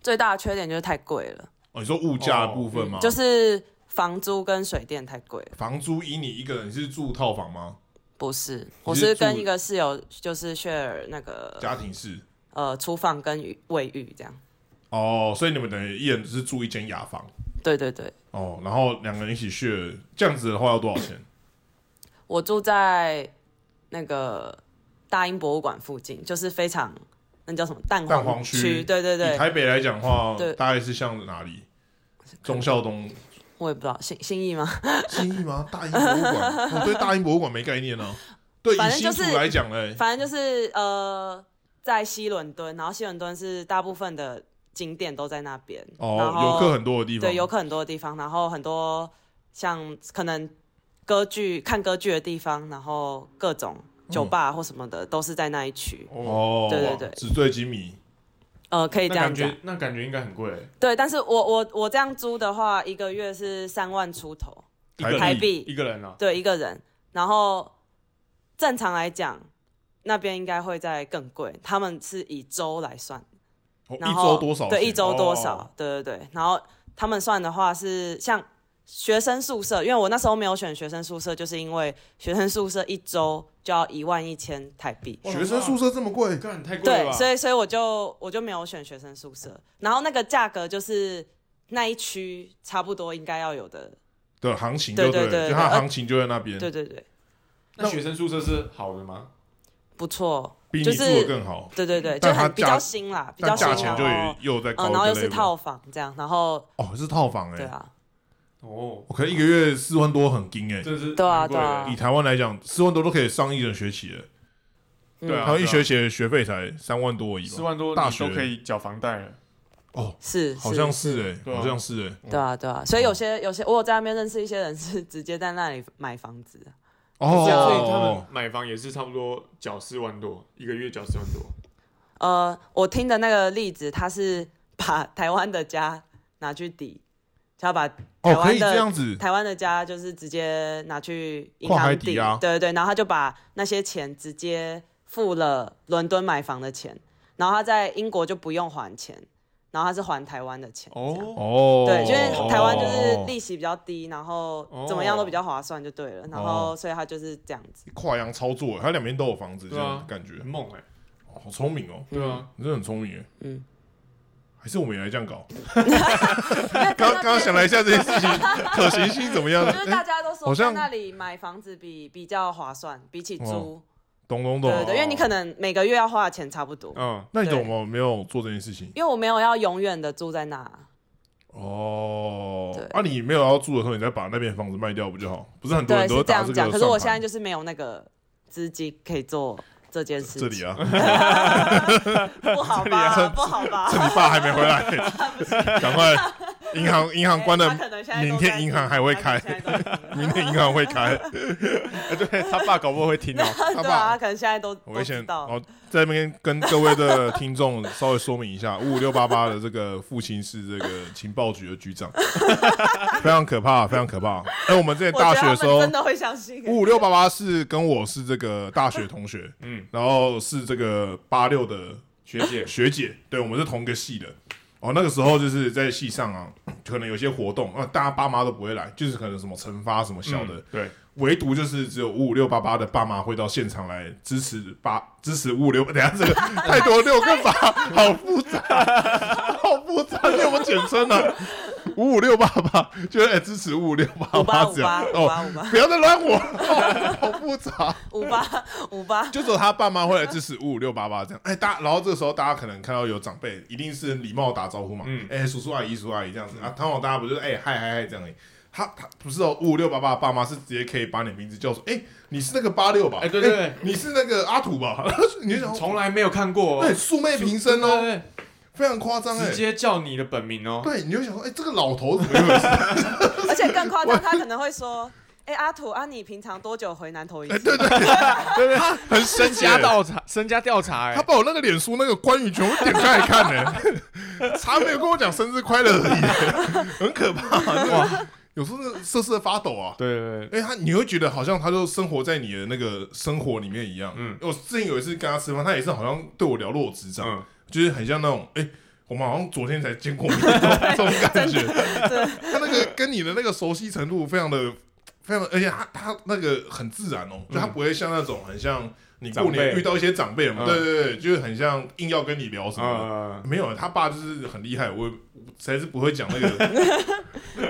[SPEAKER 3] 最大的缺点就是太贵了，
[SPEAKER 1] 哦，你说物价的部分吗？
[SPEAKER 3] 就是房租跟水电太贵了。
[SPEAKER 1] 房租以你一个人你是住套房吗？
[SPEAKER 3] 不是，我
[SPEAKER 1] 是
[SPEAKER 3] 是
[SPEAKER 1] 住
[SPEAKER 3] 跟一个室友就是 share 那个
[SPEAKER 1] 家庭式。
[SPEAKER 3] 呃厨房跟浴卫浴这样。
[SPEAKER 1] 哦，所以你们等于一人只是住一间雅房。
[SPEAKER 3] 对对对，
[SPEAKER 1] 哦，然后两个人一起 share，这样子的话要多少钱？
[SPEAKER 3] 我住在那个大英博物馆附近，就是非常那叫什么蛋
[SPEAKER 1] 蛋黄区
[SPEAKER 3] 区。对对
[SPEAKER 1] 以
[SPEAKER 3] 对，
[SPEAKER 1] 台北来讲的话
[SPEAKER 3] 对，
[SPEAKER 1] 大概是像哪里？忠孝东
[SPEAKER 3] 我也不知道新新意吗？
[SPEAKER 1] 新义吗？大英博物馆？我对大英博物馆没概念呢、对，
[SPEAKER 3] 反
[SPEAKER 1] 以
[SPEAKER 3] 正
[SPEAKER 1] 新
[SPEAKER 3] 就
[SPEAKER 1] 竹
[SPEAKER 3] 是
[SPEAKER 1] 来讲哎嘞，
[SPEAKER 3] 反正就是呃，在西伦敦，然后西伦敦是大部分的景点都在那边，然
[SPEAKER 1] 哦，
[SPEAKER 3] 后
[SPEAKER 1] 游客很多的地方，
[SPEAKER 3] 对游客很多的地方，然后很多像可能歌剧看歌剧的地方，然后各种
[SPEAKER 1] 嗯
[SPEAKER 3] 酒吧或什么的、都是在那一区，
[SPEAKER 1] 哦，
[SPEAKER 3] 对对对
[SPEAKER 1] 纸醉金迷，
[SPEAKER 3] 呃，可以
[SPEAKER 2] 那
[SPEAKER 3] 这样
[SPEAKER 2] 感
[SPEAKER 3] 讲
[SPEAKER 2] 觉。那感觉应该很贵，
[SPEAKER 3] 对，但是我我我这样租的话，一个月是三万出头，
[SPEAKER 2] 一个人
[SPEAKER 1] 台
[SPEAKER 3] 币
[SPEAKER 2] 一个人啊，
[SPEAKER 3] 对一个人，然后正常来讲。那边应该会再更贵，他们是以周来算，
[SPEAKER 1] 哦
[SPEAKER 3] 然
[SPEAKER 1] 一
[SPEAKER 3] 后
[SPEAKER 1] 周多少钱？
[SPEAKER 3] 对，一周多少？
[SPEAKER 2] 哦
[SPEAKER 3] 对对对。然后他们算的话是像学生宿舍，因为我那时候没有选学生宿舍，就是因为学生宿舍一周就要一万一千台币。
[SPEAKER 1] 学生宿舍这么贵？
[SPEAKER 2] 干太贵了
[SPEAKER 3] 对，
[SPEAKER 2] 吧？
[SPEAKER 3] 所以所以我就我就没有选学生宿舍，然后那个价格就是那一区差不多应该要有的，
[SPEAKER 1] 对，行情
[SPEAKER 3] 对
[SPEAKER 1] 就
[SPEAKER 3] 对
[SPEAKER 1] 了
[SPEAKER 3] 对
[SPEAKER 1] 就它
[SPEAKER 3] 对呃
[SPEAKER 1] 行情就在那边，
[SPEAKER 3] 对对对，
[SPEAKER 2] 那学生宿舍是好的吗？
[SPEAKER 3] 不错，
[SPEAKER 1] 比你
[SPEAKER 3] 就
[SPEAKER 1] 住的
[SPEAKER 3] 是
[SPEAKER 1] 更好，
[SPEAKER 3] 对对对，
[SPEAKER 1] 嗯但
[SPEAKER 3] 就
[SPEAKER 1] 它
[SPEAKER 3] 很比
[SPEAKER 1] 价
[SPEAKER 3] 较新啦，比较
[SPEAKER 1] 但
[SPEAKER 3] 新，
[SPEAKER 1] 价钱就
[SPEAKER 3] 然
[SPEAKER 1] 也
[SPEAKER 3] 后
[SPEAKER 1] 又在高一
[SPEAKER 3] 嗯，
[SPEAKER 1] 个 level，
[SPEAKER 3] 然后又是套房这样，然后
[SPEAKER 1] 哦，是套房
[SPEAKER 3] 对
[SPEAKER 1] 哎，
[SPEAKER 3] 啊，
[SPEAKER 2] 哦，
[SPEAKER 1] 我可能一个月四万多很惊哎，
[SPEAKER 2] 这是
[SPEAKER 3] 对啊
[SPEAKER 2] 蛮贵的
[SPEAKER 3] 对啊
[SPEAKER 1] 以台湾来讲，四万多都可以上一整学期哎了，
[SPEAKER 3] 嗯
[SPEAKER 2] 对啊
[SPEAKER 3] 啊
[SPEAKER 1] 台湾一学期的学费才三万多而已吧
[SPEAKER 2] 四万多
[SPEAKER 1] 大
[SPEAKER 2] 你
[SPEAKER 1] 学
[SPEAKER 2] 都可以缴房贷了，
[SPEAKER 1] 哦，
[SPEAKER 3] 是，
[SPEAKER 1] 好像是哎，
[SPEAKER 2] 对啊
[SPEAKER 1] 好像是哎。
[SPEAKER 3] 对啊，对啊，所以有些有些，我有在那边认识一些人是直接在那里买房子，
[SPEAKER 1] 哦，
[SPEAKER 2] 所以
[SPEAKER 3] 哦
[SPEAKER 2] 他们买房也是差不多缴四万多，一个月缴四万多。
[SPEAKER 3] 呃，我听的那个例子，他是把台湾的家拿去抵，他把台
[SPEAKER 1] 哦，可以
[SPEAKER 3] 湾
[SPEAKER 1] 这
[SPEAKER 3] 的、
[SPEAKER 1] 样子，
[SPEAKER 3] 台湾的家就是直接拿去银
[SPEAKER 1] 跨海
[SPEAKER 3] 行
[SPEAKER 1] 抵
[SPEAKER 3] 抵，
[SPEAKER 1] 押
[SPEAKER 3] 对对对，然后他就把那些钱直接付了伦敦买房的钱，然后他在英国就不用还钱，然后他是还台湾的钱。这样
[SPEAKER 1] 哦，
[SPEAKER 2] 哦，
[SPEAKER 3] 对，因为台湾就是
[SPEAKER 1] 哦
[SPEAKER 3] 利息比较低，然后
[SPEAKER 2] 哦
[SPEAKER 3] 怎么样都比较划算就对了，然
[SPEAKER 1] 哦
[SPEAKER 3] 后所以他就是这样子。
[SPEAKER 1] 跨洋操作，他两边都有房子，这
[SPEAKER 2] 对啊
[SPEAKER 1] 样感觉
[SPEAKER 2] 很猛哎，
[SPEAKER 1] 哦好聪明哦，
[SPEAKER 2] 对啊，
[SPEAKER 1] 你真的很聪明哎。
[SPEAKER 3] 嗯，
[SPEAKER 1] 还是我们也来这样搞。 刚刚刚想了一下这件事情 可行性怎么样？
[SPEAKER 3] 就是大家都
[SPEAKER 1] 好
[SPEAKER 3] 说
[SPEAKER 1] 像
[SPEAKER 3] 在那里买房子比比较划算，比起
[SPEAKER 1] 哦
[SPEAKER 3] 租，
[SPEAKER 1] 懂懂
[SPEAKER 3] 对对
[SPEAKER 1] 懂。
[SPEAKER 3] 对，因为你可能每个月要花的钱差不多。
[SPEAKER 2] 嗯，
[SPEAKER 1] 那你懂吗？没有做这件事情
[SPEAKER 3] 因为我没有要永远的住在那，
[SPEAKER 1] 哦
[SPEAKER 3] 对。
[SPEAKER 1] 啊，你没有要住的时候，你再把那边房子卖掉不就好？不是很多
[SPEAKER 3] 对，
[SPEAKER 1] 人都
[SPEAKER 3] 是
[SPEAKER 1] 会
[SPEAKER 3] 这
[SPEAKER 1] 打
[SPEAKER 3] 样
[SPEAKER 1] 这
[SPEAKER 3] 讲。
[SPEAKER 1] 个
[SPEAKER 3] 可是我现
[SPEAKER 1] 算
[SPEAKER 3] 在
[SPEAKER 1] 盘
[SPEAKER 3] 就是没有那个资金可以做这件事
[SPEAKER 1] 这
[SPEAKER 3] 情，
[SPEAKER 1] 里啊，
[SPEAKER 3] 不好
[SPEAKER 1] 这里啊
[SPEAKER 3] 吧？ 不好吧
[SPEAKER 1] 趁？你爸还没回 来，赶快银行银行关了
[SPEAKER 3] 哎他可能现在都
[SPEAKER 1] 明
[SPEAKER 3] 在
[SPEAKER 1] 天银行还会开
[SPEAKER 3] 他可能现在都在
[SPEAKER 1] 明天银行会 开，哎
[SPEAKER 2] 对他爸搞不好会听到。
[SPEAKER 1] 哦他
[SPEAKER 3] 对啊，
[SPEAKER 1] 爸
[SPEAKER 3] 他可能现在都
[SPEAKER 1] 我
[SPEAKER 3] 都
[SPEAKER 1] 先
[SPEAKER 3] 知
[SPEAKER 1] 哦
[SPEAKER 3] 道。，
[SPEAKER 1] 在那边跟各位的听众稍微说明一 下，五五六八八的这个父亲是这个情报局的局长， 非常可怕，非常可怕。哎，我们之前
[SPEAKER 3] 我觉
[SPEAKER 1] 大
[SPEAKER 3] 得
[SPEAKER 1] 学
[SPEAKER 3] 他
[SPEAKER 1] 的
[SPEAKER 3] 们
[SPEAKER 1] 时候
[SPEAKER 3] 真，的会相信、
[SPEAKER 1] 五五六八八是跟我是这个大学同学，
[SPEAKER 2] 嗯，
[SPEAKER 1] 然后是这个八六的
[SPEAKER 2] 学姐，
[SPEAKER 1] 学姐，对我们是同一个系的。哦，那个时候就是在系上啊，可能有些活动啊，大家爸妈都不会来，就是可能什么惩罚什么小的，
[SPEAKER 2] 嗯对，
[SPEAKER 1] 唯独就是只有五五六八八的爸妈会到现场来支持八支持五五六，等一下这个 太多六跟八，好复杂， 好复杂，你有没有简称呢、啊？五五六八八，就是、哎支持五五六八
[SPEAKER 3] 五八
[SPEAKER 1] 这样
[SPEAKER 3] 五八
[SPEAKER 1] 哦
[SPEAKER 3] 五八五，八
[SPEAKER 1] 不要再乱我， 好复杂。
[SPEAKER 3] 五 八五八，
[SPEAKER 1] 就只有他爸妈会来支持五五六八八这样。哎，大然后这个时候大家可能看到有长辈，一定是礼貌地打招呼嘛，
[SPEAKER 2] 嗯
[SPEAKER 1] 哎、叔叔阿姨叔叔阿姨这样子啊，他往大家不就是哎嗨嗨嗨这样而已。他他不是哦，五五六八八的爸妈是直接可以把你名字叫出，哎、你是那个八六吧？
[SPEAKER 2] 哎对对对
[SPEAKER 1] 你是那个阿土吧？你就想
[SPEAKER 2] 从来没有看过哦，
[SPEAKER 1] 对素昧平哎生哦，
[SPEAKER 2] 对，
[SPEAKER 1] 非常夸张
[SPEAKER 2] 对对
[SPEAKER 1] 哎
[SPEAKER 2] 直。接叫你的本名哦。
[SPEAKER 1] 对，你就想说，哎、这个老头怎么一回事？
[SPEAKER 3] 而且更夸张，他可能 会说：“哎、阿土啊，你平常多久回南
[SPEAKER 1] 哎
[SPEAKER 3] 投一次？”
[SPEAKER 1] 很
[SPEAKER 2] 身
[SPEAKER 1] 神奇、
[SPEAKER 2] 家
[SPEAKER 1] 哎
[SPEAKER 2] 调查，身家调查，
[SPEAKER 1] 他
[SPEAKER 2] 哎，
[SPEAKER 1] 把我那个脸书那个关羽全部点开来看呢、他没有跟我讲生日快乐而已、很可怕、哇！有时候是瑟瑟发抖啊。
[SPEAKER 2] 对对对，
[SPEAKER 1] 哎、他你会觉得好像他就生活在你的那个生活里面一样。
[SPEAKER 2] 嗯
[SPEAKER 1] 我之前有一次跟他吃饭，他也是好像对我了若指掌，
[SPEAKER 2] 嗯，
[SPEAKER 1] 就是很像那种哎、我们好像昨天才见过面这种感 觉。他那个跟你的那个熟悉程度非常的非常的，而且他他那个很自然哦，就他不会像那种很像你过
[SPEAKER 2] 长辈
[SPEAKER 1] 年遇到一些长辈嘛，
[SPEAKER 2] 嗯
[SPEAKER 1] 对对对，就是很像硬要跟你聊什么的。
[SPEAKER 2] 呃，
[SPEAKER 1] 没有，他爸就是很厉害，我也实在是不会讲那个。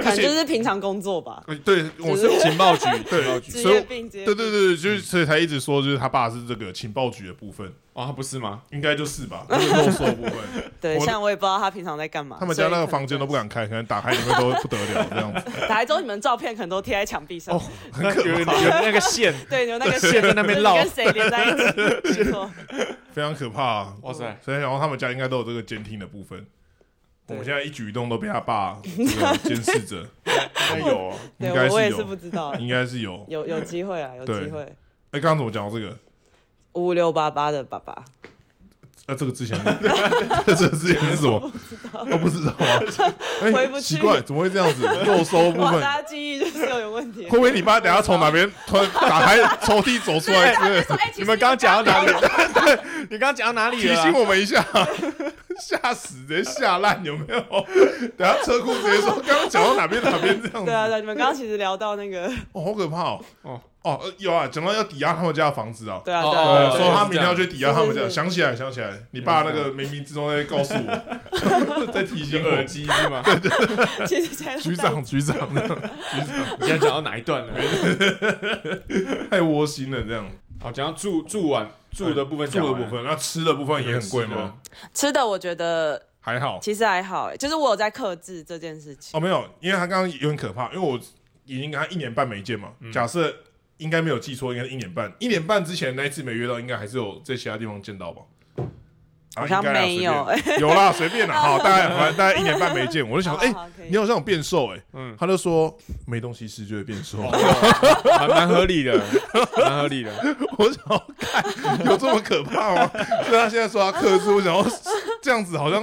[SPEAKER 3] 可能就是平常工作吧，
[SPEAKER 1] 呃对，我是
[SPEAKER 3] 只
[SPEAKER 2] 情报局，
[SPEAKER 1] 对
[SPEAKER 2] 情报局，
[SPEAKER 3] 职
[SPEAKER 1] 所以
[SPEAKER 3] 业
[SPEAKER 1] 我
[SPEAKER 3] 病，职业
[SPEAKER 1] 对
[SPEAKER 3] 病。
[SPEAKER 1] 对对，就是所以才一直说，就是他爸是这个情报局的部分，
[SPEAKER 2] 哦，他不是吗？
[SPEAKER 1] 应该就是吧，就是肉搜部 分。
[SPEAKER 3] 对，
[SPEAKER 1] 我的
[SPEAKER 3] 像我也不知道他平常在干嘛。
[SPEAKER 1] 他们家那
[SPEAKER 3] 所
[SPEAKER 1] 个
[SPEAKER 3] 以可能
[SPEAKER 1] 房间都不敢啊开，可能打开里面都不得了这样子，
[SPEAKER 3] 打开之后，你们照片可能都贴在墙壁上。
[SPEAKER 1] 哦很可
[SPEAKER 2] 有有
[SPEAKER 1] 怕，
[SPEAKER 2] 那个线，
[SPEAKER 3] 对，有那 个
[SPEAKER 2] 线在那边绕
[SPEAKER 3] 就是你跟谁连在一起？没错，
[SPEAKER 1] 非常可怕啊。
[SPEAKER 2] 哇塞，
[SPEAKER 1] 所以然后他们家应该都有这个监听的部分。我
[SPEAKER 3] 对
[SPEAKER 1] 们现在一举一动都被他爸 这个监视着，
[SPEAKER 2] 应该有哦，
[SPEAKER 1] 应
[SPEAKER 3] 对
[SPEAKER 1] 该
[SPEAKER 3] 我我
[SPEAKER 1] 是
[SPEAKER 3] 也是不
[SPEAKER 1] 有，
[SPEAKER 3] 知道，
[SPEAKER 1] 应该是有。
[SPEAKER 3] 有有机会啊，有
[SPEAKER 1] 对
[SPEAKER 3] 机会。
[SPEAKER 1] 哎，刚刚怎么讲到这个？
[SPEAKER 3] 五五六八八的爸爸，
[SPEAKER 1] 呃，这个之前， 这个之前是什么？我不知道啊。
[SPEAKER 3] 回
[SPEAKER 1] 哎，
[SPEAKER 3] 不去
[SPEAKER 1] 奇怪，怎么会这样子？肉收部
[SPEAKER 3] 哇，
[SPEAKER 1] 分，
[SPEAKER 3] 大家记忆就是有点问题
[SPEAKER 1] 会。不会你爸等下从哪边突然打开抽屉走 出
[SPEAKER 3] 哎
[SPEAKER 1] 来哎之类的？
[SPEAKER 2] 你们刚刚讲到哪里？你刚刚讲到哪里
[SPEAKER 1] 提
[SPEAKER 2] 了啊？
[SPEAKER 1] 醒我们一 下，吓死，直接吓烂，有没有？等下车库直接 说，刚刚讲到哪边哪边这样子。
[SPEAKER 3] 对啊，对啊，你们刚刚其实聊到那个，
[SPEAKER 1] 哦，好可怕哦！哦
[SPEAKER 2] 哦
[SPEAKER 1] 哦，呃有啊，讲到要抵押他们家的房子啊，
[SPEAKER 3] 对啊，
[SPEAKER 2] 哦
[SPEAKER 3] 对
[SPEAKER 1] 呃
[SPEAKER 3] 啊，嗯
[SPEAKER 2] 哦
[SPEAKER 3] 对
[SPEAKER 1] 说
[SPEAKER 3] 啊
[SPEAKER 1] 他明天要去抵押他们家，
[SPEAKER 3] 是是是
[SPEAKER 1] 想起来，想起来，你爸那个冥
[SPEAKER 3] 啊
[SPEAKER 1] 冥之中在告诉我， 在提醒
[SPEAKER 2] 耳
[SPEAKER 1] 我，
[SPEAKER 2] 机是吗？
[SPEAKER 3] 其实才
[SPEAKER 1] 局长，局长，
[SPEAKER 2] 你现在讲到哪一段了？
[SPEAKER 1] 太窝心了，这样
[SPEAKER 2] 好，讲到住住完住的部分，
[SPEAKER 1] 住的部，分，那吃的部分也很贵吗？
[SPEAKER 3] 吃的我觉得
[SPEAKER 1] 还好
[SPEAKER 3] 其实还好，哎，就是我有在克制这件事情。
[SPEAKER 1] 哦，没有，因为他刚刚有点可怕，因为我已经跟他一年半没见嘛，
[SPEAKER 2] 嗯
[SPEAKER 1] 假设应该没有记错，应该是一年半，一年半之前那一次没约到，应该还是有在其他地方见到吧？啊
[SPEAKER 3] 好像
[SPEAKER 1] 应该啦
[SPEAKER 3] 没有
[SPEAKER 1] 随便有 啦，随便啦，好，大概反正大概一年半没见，我就想
[SPEAKER 3] 好
[SPEAKER 1] 说，哎，
[SPEAKER 3] 好可以
[SPEAKER 1] 你好像有变瘦哎，
[SPEAKER 2] 嗯，
[SPEAKER 1] 他就说没东西吃就会变瘦，
[SPEAKER 2] 哦还蛮合 理的，蛮合理的。
[SPEAKER 1] 我想要看 有这么可怕吗？所以他现在说他克制，我想要这样子好像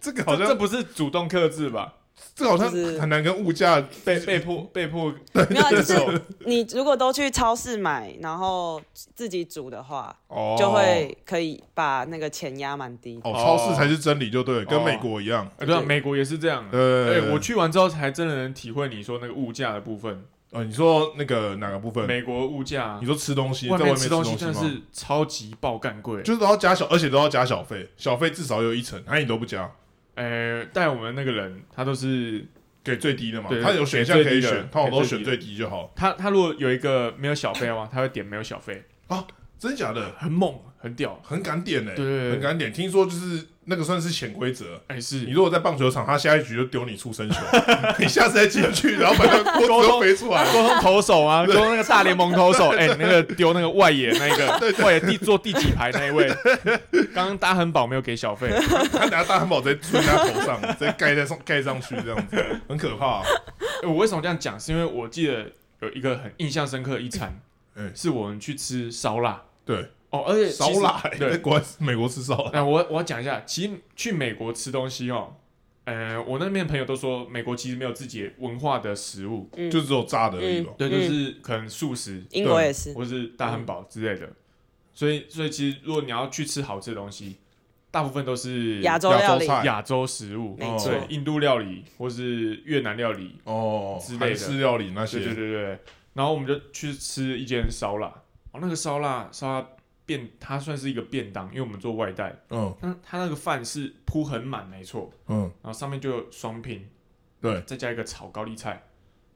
[SPEAKER 1] 这个好
[SPEAKER 2] 这这
[SPEAKER 1] 像
[SPEAKER 2] 不是主动克制吧？
[SPEAKER 1] 这个好像
[SPEAKER 3] 就是
[SPEAKER 1] 很难跟物价
[SPEAKER 2] 被被迫被迫
[SPEAKER 3] 没有，啊就
[SPEAKER 1] 这
[SPEAKER 3] 是
[SPEAKER 1] 种
[SPEAKER 3] 你如果都去超市买，然后自己煮的话，
[SPEAKER 1] 哦
[SPEAKER 3] 就会可以把那个钱压蛮低的。
[SPEAKER 1] 哦，
[SPEAKER 2] 哦
[SPEAKER 1] 超市才是真理就对了，跟
[SPEAKER 2] 哦
[SPEAKER 1] 美国一样。
[SPEAKER 2] 哎，对啊，美国也是这样。
[SPEAKER 1] 呃，
[SPEAKER 2] 哎，我去完之后才真的能体会你说那个物价的部分。
[SPEAKER 1] 呃，你说那个哪个部分？
[SPEAKER 2] 美国物价
[SPEAKER 1] 你，说吃东西，在
[SPEAKER 2] 外
[SPEAKER 1] 外面
[SPEAKER 2] 吃
[SPEAKER 1] 吃
[SPEAKER 2] 东
[SPEAKER 1] 东
[SPEAKER 2] 西
[SPEAKER 1] 西
[SPEAKER 2] 真的
[SPEAKER 1] 吗？
[SPEAKER 2] 是超级爆干贵。
[SPEAKER 1] 就是都要加小，而且都要加小费，小费至少有一成，那你都不加，
[SPEAKER 2] 哎，带我们那个人，他都是
[SPEAKER 1] 给最低的嘛
[SPEAKER 2] 对。
[SPEAKER 1] 他有选项可以
[SPEAKER 2] 给最低的
[SPEAKER 1] 选，他我都
[SPEAKER 2] 给最
[SPEAKER 1] 选
[SPEAKER 2] 低的
[SPEAKER 1] 最低就好。
[SPEAKER 2] 他他如果有一个没有小费的话，他会点没有小费，
[SPEAKER 1] 真假的，
[SPEAKER 2] 很猛，很屌。
[SPEAKER 1] 很敢点呢，
[SPEAKER 2] 对对对
[SPEAKER 1] 很敢点。听说就是那个算是潜规则，
[SPEAKER 2] 哎，
[SPEAKER 1] 你
[SPEAKER 2] 是
[SPEAKER 1] 如果在棒球场，他下一局就丢你畜生 球，你下次再进去，然后把那个锅子都飞出来。
[SPEAKER 2] 沟通投手 啊，沟通那个大联盟 投手，哎，那个丢那个外野那 个外野第坐第几排那一 位，刚刚大亨堡没有给小费，
[SPEAKER 1] 他拿大汉堡直接吹在头上，直接盖在上盖上去，这样子很可怕啊。
[SPEAKER 2] 欸我为什么这样讲？是因为我记得有一个很印象深刻的一餐，
[SPEAKER 1] 嗯
[SPEAKER 2] 是我们去吃烧腊
[SPEAKER 1] 对，
[SPEAKER 2] 哦，而且
[SPEAKER 1] 烧
[SPEAKER 2] 其实
[SPEAKER 1] 腊，欸在
[SPEAKER 2] 对，
[SPEAKER 1] 国外美国吃烧腊，
[SPEAKER 2] 那我我要讲一下，其实去美国吃东西哦，呃，我那边朋友都说美国其实没有自己文化的食物，
[SPEAKER 3] 嗯，
[SPEAKER 1] 就只有炸的而已吧。
[SPEAKER 2] 对，
[SPEAKER 3] 嗯
[SPEAKER 2] 就是可能素食
[SPEAKER 3] 英国也是，
[SPEAKER 2] 或是大汉堡之类的，所以所以其实如果你要去吃好吃的东西，大部分都是
[SPEAKER 3] 亚洲
[SPEAKER 1] 亚
[SPEAKER 3] 料
[SPEAKER 1] 洲
[SPEAKER 3] 理，
[SPEAKER 1] 菜哦
[SPEAKER 2] 亚洲食物，哦
[SPEAKER 3] 没错
[SPEAKER 2] 对，印度料理或是越南料理，
[SPEAKER 1] 哦，
[SPEAKER 2] 之类的
[SPEAKER 1] 韩式料理那
[SPEAKER 2] 对对
[SPEAKER 1] 些，
[SPEAKER 2] 对对，然后我们就去吃一间烧腊，哦，那个烧腊烧腊便它算是一个便当，因为我们做外带，
[SPEAKER 1] 嗯
[SPEAKER 2] 那它那个饭是铺很满，没错，
[SPEAKER 1] 嗯，
[SPEAKER 2] 然后上面就有双拼，
[SPEAKER 1] 对，
[SPEAKER 2] 再加一个炒高丽菜，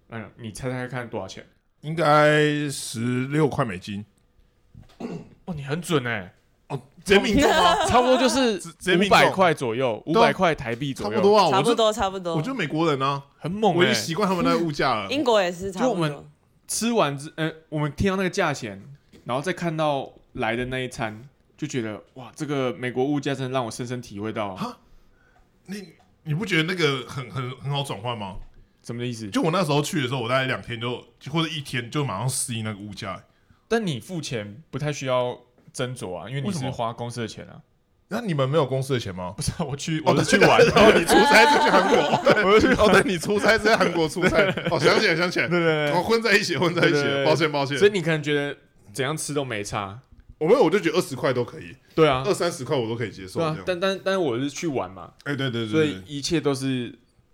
[SPEAKER 2] 那你猜猜看多少钱？
[SPEAKER 1] 应该十六块美金，
[SPEAKER 2] 哦，你很准哎、
[SPEAKER 1] 哦直接命中啊 吗？
[SPEAKER 2] 差不多就是
[SPEAKER 1] 直直接
[SPEAKER 2] 五
[SPEAKER 1] 命中
[SPEAKER 2] 百块左右，五
[SPEAKER 1] 对啊
[SPEAKER 2] 百块台币左
[SPEAKER 1] 差
[SPEAKER 2] 右，
[SPEAKER 1] 不多啊，
[SPEAKER 3] 差
[SPEAKER 1] 我
[SPEAKER 3] 不
[SPEAKER 1] 就
[SPEAKER 3] 多差不
[SPEAKER 1] 我
[SPEAKER 3] 多。
[SPEAKER 1] 就美国人啊，
[SPEAKER 2] 很猛
[SPEAKER 1] 我已
[SPEAKER 2] 哎、
[SPEAKER 1] 经习惯他们那个物价了。
[SPEAKER 3] 英国也是差
[SPEAKER 2] 就
[SPEAKER 3] 不
[SPEAKER 2] 我们
[SPEAKER 3] 多。
[SPEAKER 2] 吃完之，呃，我们听到那个价钱，然后再看到来的那一餐，就觉得哇，这个美国物价真的让我深深体会到
[SPEAKER 1] 你你不觉得那个很很很好转换吗？
[SPEAKER 2] 什么意思。
[SPEAKER 1] 就我那时候去的时候，我大概两天就或者一天就马上适应那个物价。
[SPEAKER 2] 但你付钱不太需要斟酌啊，因为你
[SPEAKER 1] 为什
[SPEAKER 2] 是
[SPEAKER 1] 么
[SPEAKER 2] 花公司的钱啊。
[SPEAKER 1] 那你们没有公司的钱吗？
[SPEAKER 2] 不是、啊， 我去，
[SPEAKER 1] 哦
[SPEAKER 2] 我是去玩，
[SPEAKER 1] 然后你 出差是去韩国，我哦，对，你出差是在韩国出差， 哦，想起来想起来，
[SPEAKER 2] 对对
[SPEAKER 1] 哦，混在一起混在一
[SPEAKER 2] 对对
[SPEAKER 1] 起，
[SPEAKER 2] 对
[SPEAKER 1] 抱歉抱歉
[SPEAKER 2] 对。所。以你可能觉得怎样吃都没差。
[SPEAKER 1] 我没有，我就觉得二十块都可以，
[SPEAKER 2] 对啊，
[SPEAKER 1] 二三十块我都可以接受。这
[SPEAKER 2] 对啊
[SPEAKER 1] 样，
[SPEAKER 2] 但但但是我是去玩嘛，
[SPEAKER 1] 哎，对对
[SPEAKER 2] 所
[SPEAKER 1] 对哦
[SPEAKER 2] 以，一切都是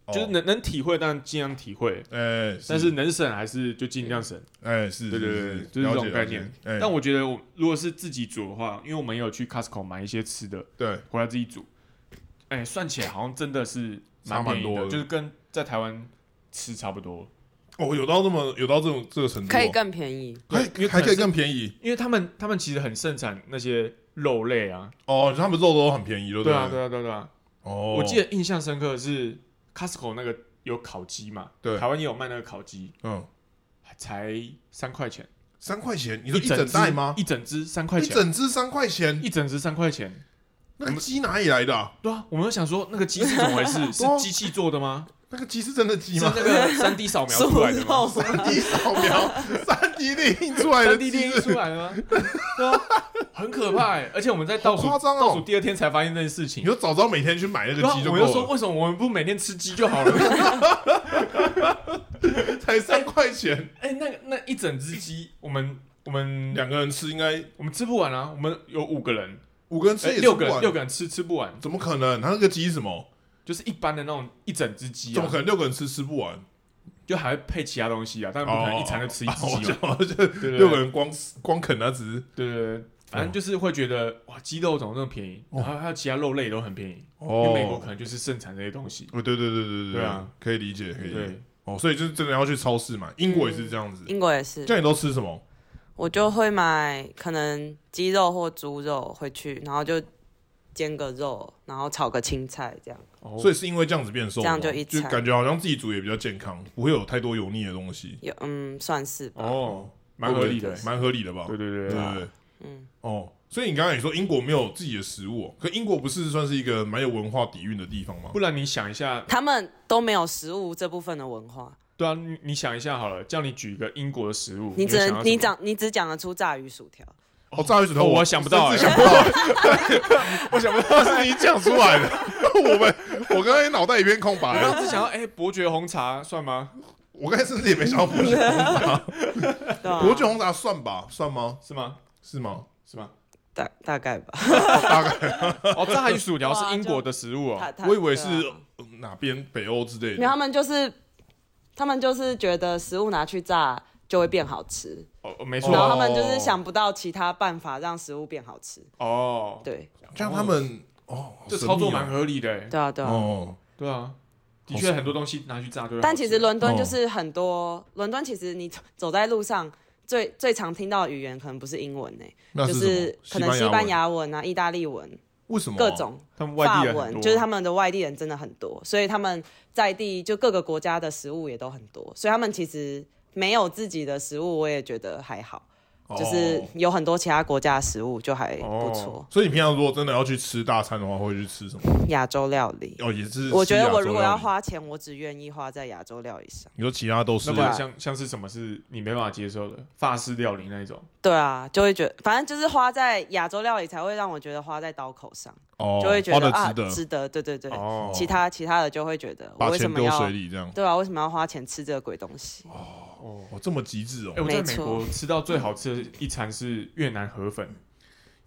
[SPEAKER 1] 对
[SPEAKER 2] 就是，能能体会，当然尽量体会，
[SPEAKER 1] 哦哎，
[SPEAKER 2] 但是能省还是就尽量省。
[SPEAKER 1] 哎，是，
[SPEAKER 2] 对对对
[SPEAKER 1] 是
[SPEAKER 2] 就是这种
[SPEAKER 1] 了解
[SPEAKER 2] 概念。
[SPEAKER 1] 了解哎，
[SPEAKER 2] 但我觉得我如果是自己煮的话，因为我们有去 Costco 买一些吃的
[SPEAKER 1] 对
[SPEAKER 2] 回来自己煮，哎、算起来好像真的是
[SPEAKER 1] 差
[SPEAKER 2] 蛮
[SPEAKER 1] 蛮
[SPEAKER 2] 便宜
[SPEAKER 1] 多的
[SPEAKER 2] 就是跟在台湾吃差不多。
[SPEAKER 1] 哦，有到这么有到这种这个程度哦，
[SPEAKER 3] 可以更便宜，
[SPEAKER 1] 还
[SPEAKER 2] 因为
[SPEAKER 1] 还
[SPEAKER 2] 可能
[SPEAKER 1] 可以
[SPEAKER 2] 是
[SPEAKER 1] 更便宜
[SPEAKER 2] 因为他们他们其实很盛产那些肉类啊，
[SPEAKER 1] 哦，他们肉都很便宜，对不
[SPEAKER 2] 对啊对啊对啊对啊。
[SPEAKER 1] 哦，
[SPEAKER 2] 我记得印象深刻的是 Costco 那个有烤鸡嘛，
[SPEAKER 1] 对
[SPEAKER 2] 台湾也有卖那个烤鸡，
[SPEAKER 1] 嗯，
[SPEAKER 2] 才三块钱，
[SPEAKER 1] 三块钱，你
[SPEAKER 2] 你
[SPEAKER 1] 说一整
[SPEAKER 2] 只
[SPEAKER 1] 袋吗？
[SPEAKER 2] 一整只三块
[SPEAKER 1] 一
[SPEAKER 2] 钱，
[SPEAKER 1] 整只三块钱，
[SPEAKER 2] 一整只三块钱。
[SPEAKER 1] 那个鸡哪里来的啊？
[SPEAKER 2] 对啊，我们就想说那个鸡是怎么回事？ 是
[SPEAKER 1] 对啊
[SPEAKER 2] 机器做的吗？
[SPEAKER 1] 那个鸡是真的鸡
[SPEAKER 2] 是
[SPEAKER 1] 吗？
[SPEAKER 2] 那个三 D 扫描
[SPEAKER 3] 猪
[SPEAKER 2] 出来的吗
[SPEAKER 3] 肉？
[SPEAKER 1] 三 D 扫描，三 D 列印出来的
[SPEAKER 2] 三 D
[SPEAKER 1] 鸡
[SPEAKER 2] 列印
[SPEAKER 1] 是
[SPEAKER 2] 出来的吗？对啊，很可怕哎！而且我们在倒数
[SPEAKER 1] 好夸张哦
[SPEAKER 2] 倒数第二天才发现这件事
[SPEAKER 1] 你
[SPEAKER 2] 情。
[SPEAKER 1] 就早知道每天去买那
[SPEAKER 2] 然
[SPEAKER 1] 个
[SPEAKER 2] 后
[SPEAKER 1] 鸡就
[SPEAKER 2] 我就
[SPEAKER 1] 够
[SPEAKER 2] 说，
[SPEAKER 1] 了，
[SPEAKER 2] 为什么我们不每天吃鸡就 好了？
[SPEAKER 1] 才三块钱，
[SPEAKER 2] 哎，那个那一整只鸡，我们我们
[SPEAKER 1] 两个人吃应该
[SPEAKER 2] 我们吃不完啊！我们有五个人，
[SPEAKER 1] 五个人吃
[SPEAKER 2] 哎
[SPEAKER 1] 也吃
[SPEAKER 2] 六
[SPEAKER 1] 不
[SPEAKER 2] 个人
[SPEAKER 1] 完
[SPEAKER 2] 六，个人吃吃不完，
[SPEAKER 1] 怎么可能？他那个鸡是什么？
[SPEAKER 2] 就是一般的那种一整只鸡
[SPEAKER 1] 怎么
[SPEAKER 2] 啊
[SPEAKER 1] 可，能六个人吃吃不完？
[SPEAKER 2] 就还会配其他东西啊，但不可能一餐就吃一只鸡嘛。
[SPEAKER 1] 哦，我就
[SPEAKER 2] 对对
[SPEAKER 1] 六个
[SPEAKER 2] 对
[SPEAKER 1] 人光吃光啃那只
[SPEAKER 2] 对对，反正就是会觉得哇，鸡肉怎么那么便宜？然后还有其他肉类都很便宜，因为美国
[SPEAKER 1] 哦
[SPEAKER 2] 可。能就是盛产这些东西。
[SPEAKER 1] 哦，对对对对对
[SPEAKER 2] 对啊，
[SPEAKER 1] 可以理解，可以理解。
[SPEAKER 2] 对，
[SPEAKER 1] 哦，所以就是真的要去超市买，英国也是这样子。
[SPEAKER 3] 英国也是。
[SPEAKER 1] 像你都吃什么？
[SPEAKER 3] 我就会买可能鸡肉或猪肉回去，然后就煎个肉，然后炒个青菜这样。
[SPEAKER 2] 哦
[SPEAKER 1] 所以是因为这样子变瘦的吗，
[SPEAKER 3] 这样就一餐
[SPEAKER 1] 感觉好像自己煮也比较健康，不会有太多油腻的东西，
[SPEAKER 3] 有嗯，算是吧。
[SPEAKER 2] 哦，蛮合理的欸。
[SPEAKER 1] 蛮合理的吧？
[SPEAKER 2] 对对
[SPEAKER 1] 对
[SPEAKER 2] 对对，
[SPEAKER 1] 对对
[SPEAKER 3] 嗯，
[SPEAKER 1] 哦，所以你刚刚也说英国没有自己的食物哦、可英国不是算是一个蛮有文化底蕴的地方吗？
[SPEAKER 2] 不然你想一下，
[SPEAKER 3] 他们都没有食物这部分的文化，
[SPEAKER 2] 对啊，你你想一下好了，叫你举一个英国的食物，
[SPEAKER 3] 你只
[SPEAKER 2] 会想到
[SPEAKER 3] 能你
[SPEAKER 2] 什么
[SPEAKER 3] 讲你只讲得出炸鱼薯条，
[SPEAKER 1] 哦，炸鱼薯条
[SPEAKER 2] 哦
[SPEAKER 1] 我
[SPEAKER 2] 我想不到
[SPEAKER 1] 甚至想不到， 我想不到是你讲出来的。我们我刚才脑袋一片空
[SPEAKER 2] 我
[SPEAKER 1] 白，
[SPEAKER 2] 刚只想到，哎、伯爵红茶算吗？
[SPEAKER 1] 我刚才甚至也没想到伯爵 红茶，
[SPEAKER 3] 对啊吧、
[SPEAKER 1] 伯爵红茶算吧，算吗？
[SPEAKER 2] 是吗？
[SPEAKER 1] 是吗？
[SPEAKER 2] 是吗？
[SPEAKER 3] 大大概吧，
[SPEAKER 2] 哦，炸鱼薯条
[SPEAKER 3] 对
[SPEAKER 2] 是
[SPEAKER 3] 啊
[SPEAKER 2] 英国的食物
[SPEAKER 3] 他
[SPEAKER 2] 哦。
[SPEAKER 3] 他
[SPEAKER 1] 我以为是
[SPEAKER 3] 对啊
[SPEAKER 1] 呃哪边北欧之类
[SPEAKER 3] 没
[SPEAKER 1] 的。
[SPEAKER 3] 有，他们就是他们就是觉得食物拿去炸就会变好吃，
[SPEAKER 2] 哦，没
[SPEAKER 1] 哦
[SPEAKER 2] 错。
[SPEAKER 3] 然后他们就是想不到其他办法让食物变好吃。
[SPEAKER 2] 哦，
[SPEAKER 3] 对
[SPEAKER 1] 这样他们哦，
[SPEAKER 2] 这
[SPEAKER 1] 好神秘哦
[SPEAKER 2] 操作蛮合理的欸。
[SPEAKER 3] 对啊对啊，
[SPEAKER 1] 哦，
[SPEAKER 2] 对啊，的
[SPEAKER 1] 好
[SPEAKER 2] 确
[SPEAKER 1] 吃
[SPEAKER 2] 很多东西拿去炸对。
[SPEAKER 3] 但其实伦敦
[SPEAKER 1] 哦
[SPEAKER 3] 就是很多，伦敦其实你走走在路上最最常听到的语言可能不是英文呢、
[SPEAKER 1] 那
[SPEAKER 3] 就是是
[SPEAKER 1] 什
[SPEAKER 3] 可
[SPEAKER 1] 么
[SPEAKER 3] 能西班
[SPEAKER 1] 牙
[SPEAKER 3] 牙文啊、意大利文
[SPEAKER 1] 文为什么啊
[SPEAKER 3] 各种
[SPEAKER 2] 他们外
[SPEAKER 3] 法
[SPEAKER 2] 地人很
[SPEAKER 3] 文，
[SPEAKER 2] 多，
[SPEAKER 3] 就是他们的外地人真的很多，所以他们在地就各个国家的食物也都很多，所以他们其实没有自己的食物，我也觉得还好，就是
[SPEAKER 1] 哦
[SPEAKER 3] 有很多其他国家的食物就还不错，
[SPEAKER 1] 所以你平常如果真的要去吃大餐的话，会去吃什么？
[SPEAKER 3] 亚洲料理。
[SPEAKER 1] 哦，也是。
[SPEAKER 3] 我觉得我如果要，花钱，我只愿意花在亚洲料理上。
[SPEAKER 1] 你说其他都是
[SPEAKER 2] 那不然
[SPEAKER 3] 对
[SPEAKER 2] 像像是什么是你没办法接受的法式料理那一种，
[SPEAKER 3] 对啊，就会觉得，反正就是花在亚洲料理才会让我觉得花在刀口上，
[SPEAKER 1] 哦，
[SPEAKER 3] 就会觉
[SPEAKER 1] 花
[SPEAKER 3] 得
[SPEAKER 1] 的
[SPEAKER 3] 啊
[SPEAKER 1] 值得，
[SPEAKER 3] 值得，对对对。
[SPEAKER 2] 哦
[SPEAKER 3] 其他其他的就会觉得我
[SPEAKER 1] 把
[SPEAKER 3] 为什
[SPEAKER 1] 钱
[SPEAKER 3] 么
[SPEAKER 1] 丢
[SPEAKER 3] 要
[SPEAKER 1] 水里这样。
[SPEAKER 3] 对啊？为什么要花钱吃这个鬼东西？
[SPEAKER 2] 哦。
[SPEAKER 1] 哦，这么极致哦
[SPEAKER 2] 哎、！我在美
[SPEAKER 3] 没错
[SPEAKER 2] 国吃到最好吃的一餐是越南河
[SPEAKER 3] 嗯
[SPEAKER 2] 粉，哦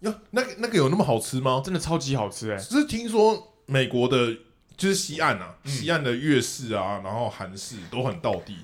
[SPEAKER 1] 哟，那个那个有那么好吃吗？
[SPEAKER 2] 真的超级好吃哎、
[SPEAKER 1] 只是听说美国的，就是西岸啊，
[SPEAKER 2] 嗯
[SPEAKER 1] 西岸的粤式啊，然后韩式都很道地。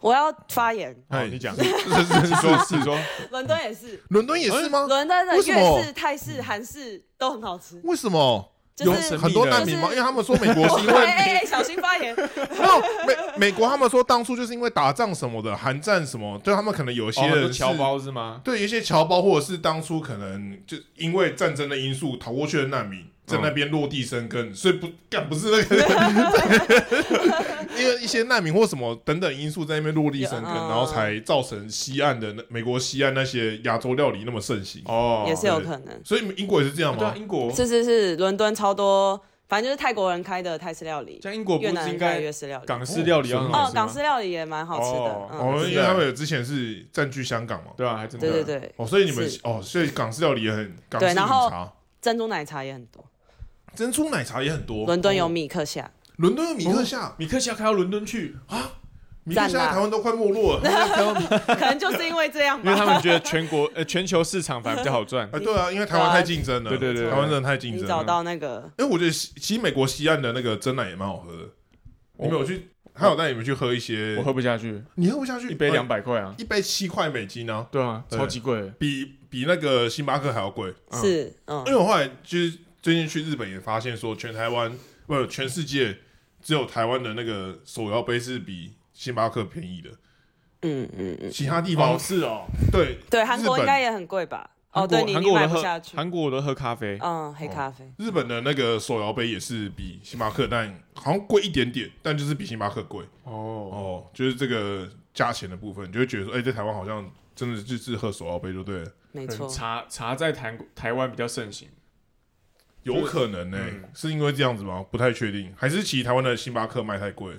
[SPEAKER 3] 我要发言，
[SPEAKER 2] 好
[SPEAKER 1] 哎
[SPEAKER 2] 你 讲
[SPEAKER 1] 是是是
[SPEAKER 2] 你
[SPEAKER 1] 是
[SPEAKER 2] 说，
[SPEAKER 1] 说，
[SPEAKER 2] 是说，
[SPEAKER 3] 伦敦也是，
[SPEAKER 1] 伦敦也是吗？
[SPEAKER 2] 哎
[SPEAKER 3] 伦敦的
[SPEAKER 1] 为什么
[SPEAKER 3] 粤式、泰式、韩式都很好吃，
[SPEAKER 1] 为什么？
[SPEAKER 3] 就
[SPEAKER 2] 有
[SPEAKER 3] 是
[SPEAKER 2] 神
[SPEAKER 1] 很多难民吗？因为他们说美国是因为
[SPEAKER 3] 哎哎哎，小心发言，
[SPEAKER 1] 没有美美国，他们说当初就是因为打仗什么的，韩战什么，对他们可能有一些
[SPEAKER 2] 哦，很多
[SPEAKER 1] 人是
[SPEAKER 2] 侨胞是吗？
[SPEAKER 1] 对一些侨胞，或者是当初可能就因为战争的因素逃过去的难民，在那边落地生根，所以不干不是那个， 因为一些难民或什么等等因素在那边落地生根，
[SPEAKER 3] 有嗯
[SPEAKER 1] 然后才造成西岸的那美国西岸那些亚洲料理那么盛行。
[SPEAKER 2] 哦，
[SPEAKER 3] 也是有可能。
[SPEAKER 1] 所以英国也是这样
[SPEAKER 2] 对啊，
[SPEAKER 1] 吗？
[SPEAKER 2] 英国，
[SPEAKER 3] 是是是，伦敦超多，反正就是泰国人开的泰式料理，
[SPEAKER 2] 像英国不
[SPEAKER 3] 越
[SPEAKER 2] 是
[SPEAKER 3] 南
[SPEAKER 2] 应
[SPEAKER 3] 开的
[SPEAKER 2] 该
[SPEAKER 3] 粤式料理，
[SPEAKER 2] 港式料理要很好
[SPEAKER 3] 哦
[SPEAKER 2] 吃，吗
[SPEAKER 3] 港式料理也蛮好吃
[SPEAKER 2] 哦
[SPEAKER 3] 的，
[SPEAKER 1] 哦，
[SPEAKER 3] 嗯，
[SPEAKER 1] 因为他们有之前是占据香港嘛。
[SPEAKER 2] 对啊，还真的
[SPEAKER 3] 对对对，
[SPEAKER 1] 哦，所以你们
[SPEAKER 3] 是
[SPEAKER 1] 哦，所以港式料理也很港式
[SPEAKER 3] 对
[SPEAKER 1] 饮
[SPEAKER 3] 然后
[SPEAKER 1] 茶，
[SPEAKER 3] 珍珠奶茶也很多，
[SPEAKER 1] 珍珠奶茶也很
[SPEAKER 2] 哦
[SPEAKER 1] 多。哦
[SPEAKER 3] 伦敦有米克夏，
[SPEAKER 1] 伦敦有米克夏，
[SPEAKER 2] 米克西要开到伦敦去，
[SPEAKER 1] 米克夏
[SPEAKER 3] 赞
[SPEAKER 1] 在
[SPEAKER 3] 啦
[SPEAKER 1] 台湾都快没落了。。
[SPEAKER 3] 可能就是因为这样
[SPEAKER 2] 因为他
[SPEAKER 3] 吧。
[SPEAKER 2] 们觉得全国呃全球市场反而比较好赚
[SPEAKER 1] 啊，对啊，因为台湾太竞争了，
[SPEAKER 2] 对对对对
[SPEAKER 1] 台湾真的太竞
[SPEAKER 3] 你
[SPEAKER 1] 争
[SPEAKER 3] 找
[SPEAKER 1] 了。
[SPEAKER 3] 到那个
[SPEAKER 1] 哎，我觉得西其实美国西岸的那个真奶也蛮好喝的，你们有去，还有带你们去喝一些
[SPEAKER 2] 我，喝不下去，
[SPEAKER 1] 你喝不下去，
[SPEAKER 2] 一杯两
[SPEAKER 1] 百，
[SPEAKER 2] 百块啊，
[SPEAKER 1] 一杯七块美金呢，
[SPEAKER 2] 对啊，
[SPEAKER 1] 对
[SPEAKER 2] 超级贵。
[SPEAKER 1] 比比那个星巴克还要贵。
[SPEAKER 2] 嗯
[SPEAKER 3] 是嗯
[SPEAKER 1] 因为我后来就是最近去日本也发现说，全台湾不是全世界只有台湾的那个手摇杯是比星巴克便宜的，
[SPEAKER 3] 嗯嗯嗯，
[SPEAKER 1] 其他地方
[SPEAKER 2] 是哦，
[SPEAKER 1] 对
[SPEAKER 3] 对，韩国
[SPEAKER 1] 日本
[SPEAKER 3] 应该也很贵吧？哦，
[SPEAKER 2] 韩国
[SPEAKER 3] 对你
[SPEAKER 2] 韩
[SPEAKER 3] 你
[SPEAKER 2] 国我
[SPEAKER 3] 买
[SPEAKER 2] 都
[SPEAKER 3] 不
[SPEAKER 2] 喝
[SPEAKER 3] 下去，
[SPEAKER 2] 韩国我都喝咖啡，
[SPEAKER 3] 嗯，黑咖啡，
[SPEAKER 1] 日本的那个手摇杯也是比星巴克，但好像贵一点点，但就是比星巴克贵
[SPEAKER 2] 哦，
[SPEAKER 1] 哦。就是这个价钱的部分，你就会觉得说，哎、在台湾好像真的就是喝手摇杯就对了，
[SPEAKER 3] 没
[SPEAKER 2] 可能
[SPEAKER 3] 错，
[SPEAKER 2] 茶茶在台台湾比较盛行，
[SPEAKER 1] 有可能呢、欸
[SPEAKER 2] 嗯
[SPEAKER 1] 是因为这样子吗？不太确定，还是其实台湾的星巴克卖太贵，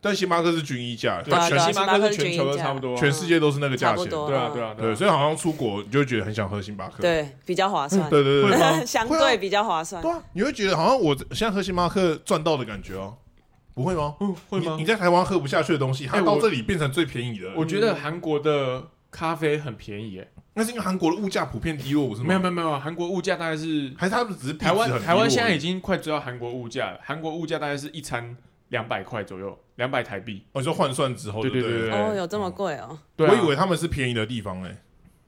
[SPEAKER 1] 但星巴克是均一价，
[SPEAKER 3] 对啊
[SPEAKER 1] 它
[SPEAKER 2] 全
[SPEAKER 3] 对啊
[SPEAKER 1] 全
[SPEAKER 2] 星巴克是
[SPEAKER 3] 星巴克均
[SPEAKER 2] 全
[SPEAKER 3] 一
[SPEAKER 2] 球都
[SPEAKER 3] 价
[SPEAKER 2] 差不多啊，
[SPEAKER 1] 全世界都是那个
[SPEAKER 3] 差
[SPEAKER 1] 价
[SPEAKER 3] 不
[SPEAKER 1] 钱，
[SPEAKER 3] 多，
[SPEAKER 2] 对啊
[SPEAKER 3] 嗯
[SPEAKER 2] 对啊
[SPEAKER 1] 对，所以好像出国你就会觉得很想喝星巴克，
[SPEAKER 3] 对，啊比较划算，
[SPEAKER 1] 嗯对对对
[SPEAKER 2] 会吗
[SPEAKER 3] 相
[SPEAKER 1] 会
[SPEAKER 3] 对
[SPEAKER 1] 啊
[SPEAKER 3] 比较划算
[SPEAKER 1] 对。啊，你会觉得好像我现在喝星巴克赚到的感觉哦、不会吗？
[SPEAKER 2] 嗯会吗
[SPEAKER 1] 你你？在台湾喝不下去的东西，它
[SPEAKER 2] 哎
[SPEAKER 1] 到
[SPEAKER 2] 我
[SPEAKER 1] 这里变成最便宜的了。
[SPEAKER 2] 我觉得韩国的咖啡很便宜耶，
[SPEAKER 1] 那是因为韩国的物价普遍低落，不是吗？
[SPEAKER 2] 没有没有没有，韩国物价大概是
[SPEAKER 1] 还是他们只是币值
[SPEAKER 2] 台湾
[SPEAKER 1] 很低
[SPEAKER 2] 台湾现在
[SPEAKER 1] 落而
[SPEAKER 2] 已
[SPEAKER 1] 已
[SPEAKER 2] 经快追到韩国物价了，韩国物价大概是一餐两百块左右，两百台币。
[SPEAKER 1] 哦，你说换算之后
[SPEAKER 2] 对
[SPEAKER 1] 对嗯
[SPEAKER 2] 对
[SPEAKER 1] 不
[SPEAKER 2] 对
[SPEAKER 3] 哦，有这么贵哦？
[SPEAKER 2] 对啊，
[SPEAKER 1] 我以为他们是便宜的地方哎。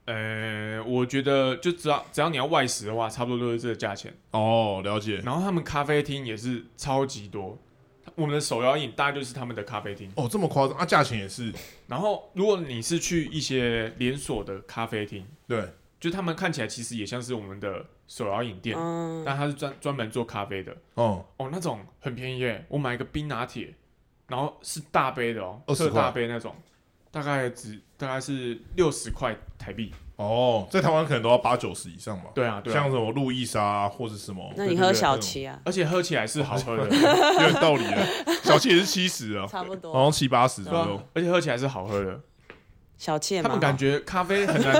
[SPEAKER 2] 呃，我觉得就只要只要你要外食的话，差不多都是这个价钱。
[SPEAKER 1] 哦，了解。
[SPEAKER 2] 然后他们咖啡厅也是超级多，我们的手摇饮大概就是他们的咖啡厅。
[SPEAKER 1] 哦，这么夸张啊？价钱也是
[SPEAKER 2] 然后如果你是去一些连锁的咖啡厅，
[SPEAKER 1] 对
[SPEAKER 2] 就他们看起来其实也像是我们的手摇饮店，
[SPEAKER 3] 嗯，
[SPEAKER 2] 但它是专专门做咖啡的。
[SPEAKER 1] 哦，
[SPEAKER 2] 哦，那种很便宜耶，我买一个冰拿铁，然后是大杯的哦，
[SPEAKER 1] 20
[SPEAKER 2] 特
[SPEAKER 1] 块
[SPEAKER 2] 大杯那种，大概只大概是六十块台币。
[SPEAKER 1] 哦，在台湾可能都要八九十以上吧。
[SPEAKER 2] 对啊，对
[SPEAKER 1] 像
[SPEAKER 2] 啊，
[SPEAKER 1] 什么路易莎、啊、或者什么，
[SPEAKER 3] 那你
[SPEAKER 2] 对对
[SPEAKER 3] 喝
[SPEAKER 2] 对
[SPEAKER 3] 小七啊，
[SPEAKER 2] 而且喝起来是 好喝的，
[SPEAKER 1] 有点道理了。小七也是七十啊，
[SPEAKER 3] 差不多。
[SPEAKER 1] 好像七八十
[SPEAKER 2] 对
[SPEAKER 1] 左
[SPEAKER 2] 吧
[SPEAKER 1] 右。？
[SPEAKER 2] 而且喝起来是好喝的。
[SPEAKER 3] 小七也
[SPEAKER 2] 他们
[SPEAKER 3] 蛮好
[SPEAKER 2] 感觉咖啡很 难，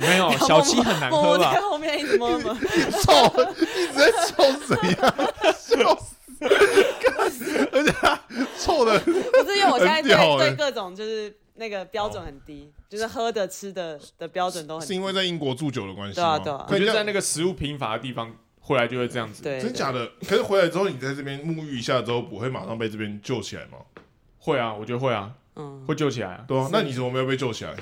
[SPEAKER 2] 没有
[SPEAKER 3] 不要
[SPEAKER 2] 小七很难
[SPEAKER 3] 我
[SPEAKER 2] 喝
[SPEAKER 3] 我在
[SPEAKER 2] 吧？
[SPEAKER 3] 后面一直摸 摸，
[SPEAKER 2] 啊
[SPEAKER 1] 笑，一直在笑谁呀？笑死！而且他臭的，
[SPEAKER 3] 不是因为我现在对
[SPEAKER 1] 很屌欸哦
[SPEAKER 3] 对各种就是那个标准很低，就是喝的吃的的标准都很
[SPEAKER 1] 是
[SPEAKER 3] 低。
[SPEAKER 1] 因为在英国住久的关系
[SPEAKER 3] 对
[SPEAKER 1] 吗？
[SPEAKER 3] 啊对啊
[SPEAKER 2] 我
[SPEAKER 1] 可
[SPEAKER 2] 觉
[SPEAKER 1] 以
[SPEAKER 2] 得
[SPEAKER 1] 这
[SPEAKER 2] 在
[SPEAKER 1] 样
[SPEAKER 2] 那个食物贫乏的地方，后来就会这样子。
[SPEAKER 3] 对，
[SPEAKER 1] 真假
[SPEAKER 3] 的？
[SPEAKER 1] 的？可是回来之后，你在这边沐浴一下之后，不会马上被这边救起来吗？
[SPEAKER 2] 会啊，我觉得会啊，
[SPEAKER 3] 嗯，
[SPEAKER 2] 会救起来啊。
[SPEAKER 1] 对啊
[SPEAKER 3] 是，
[SPEAKER 1] 那你怎么没有被救起来？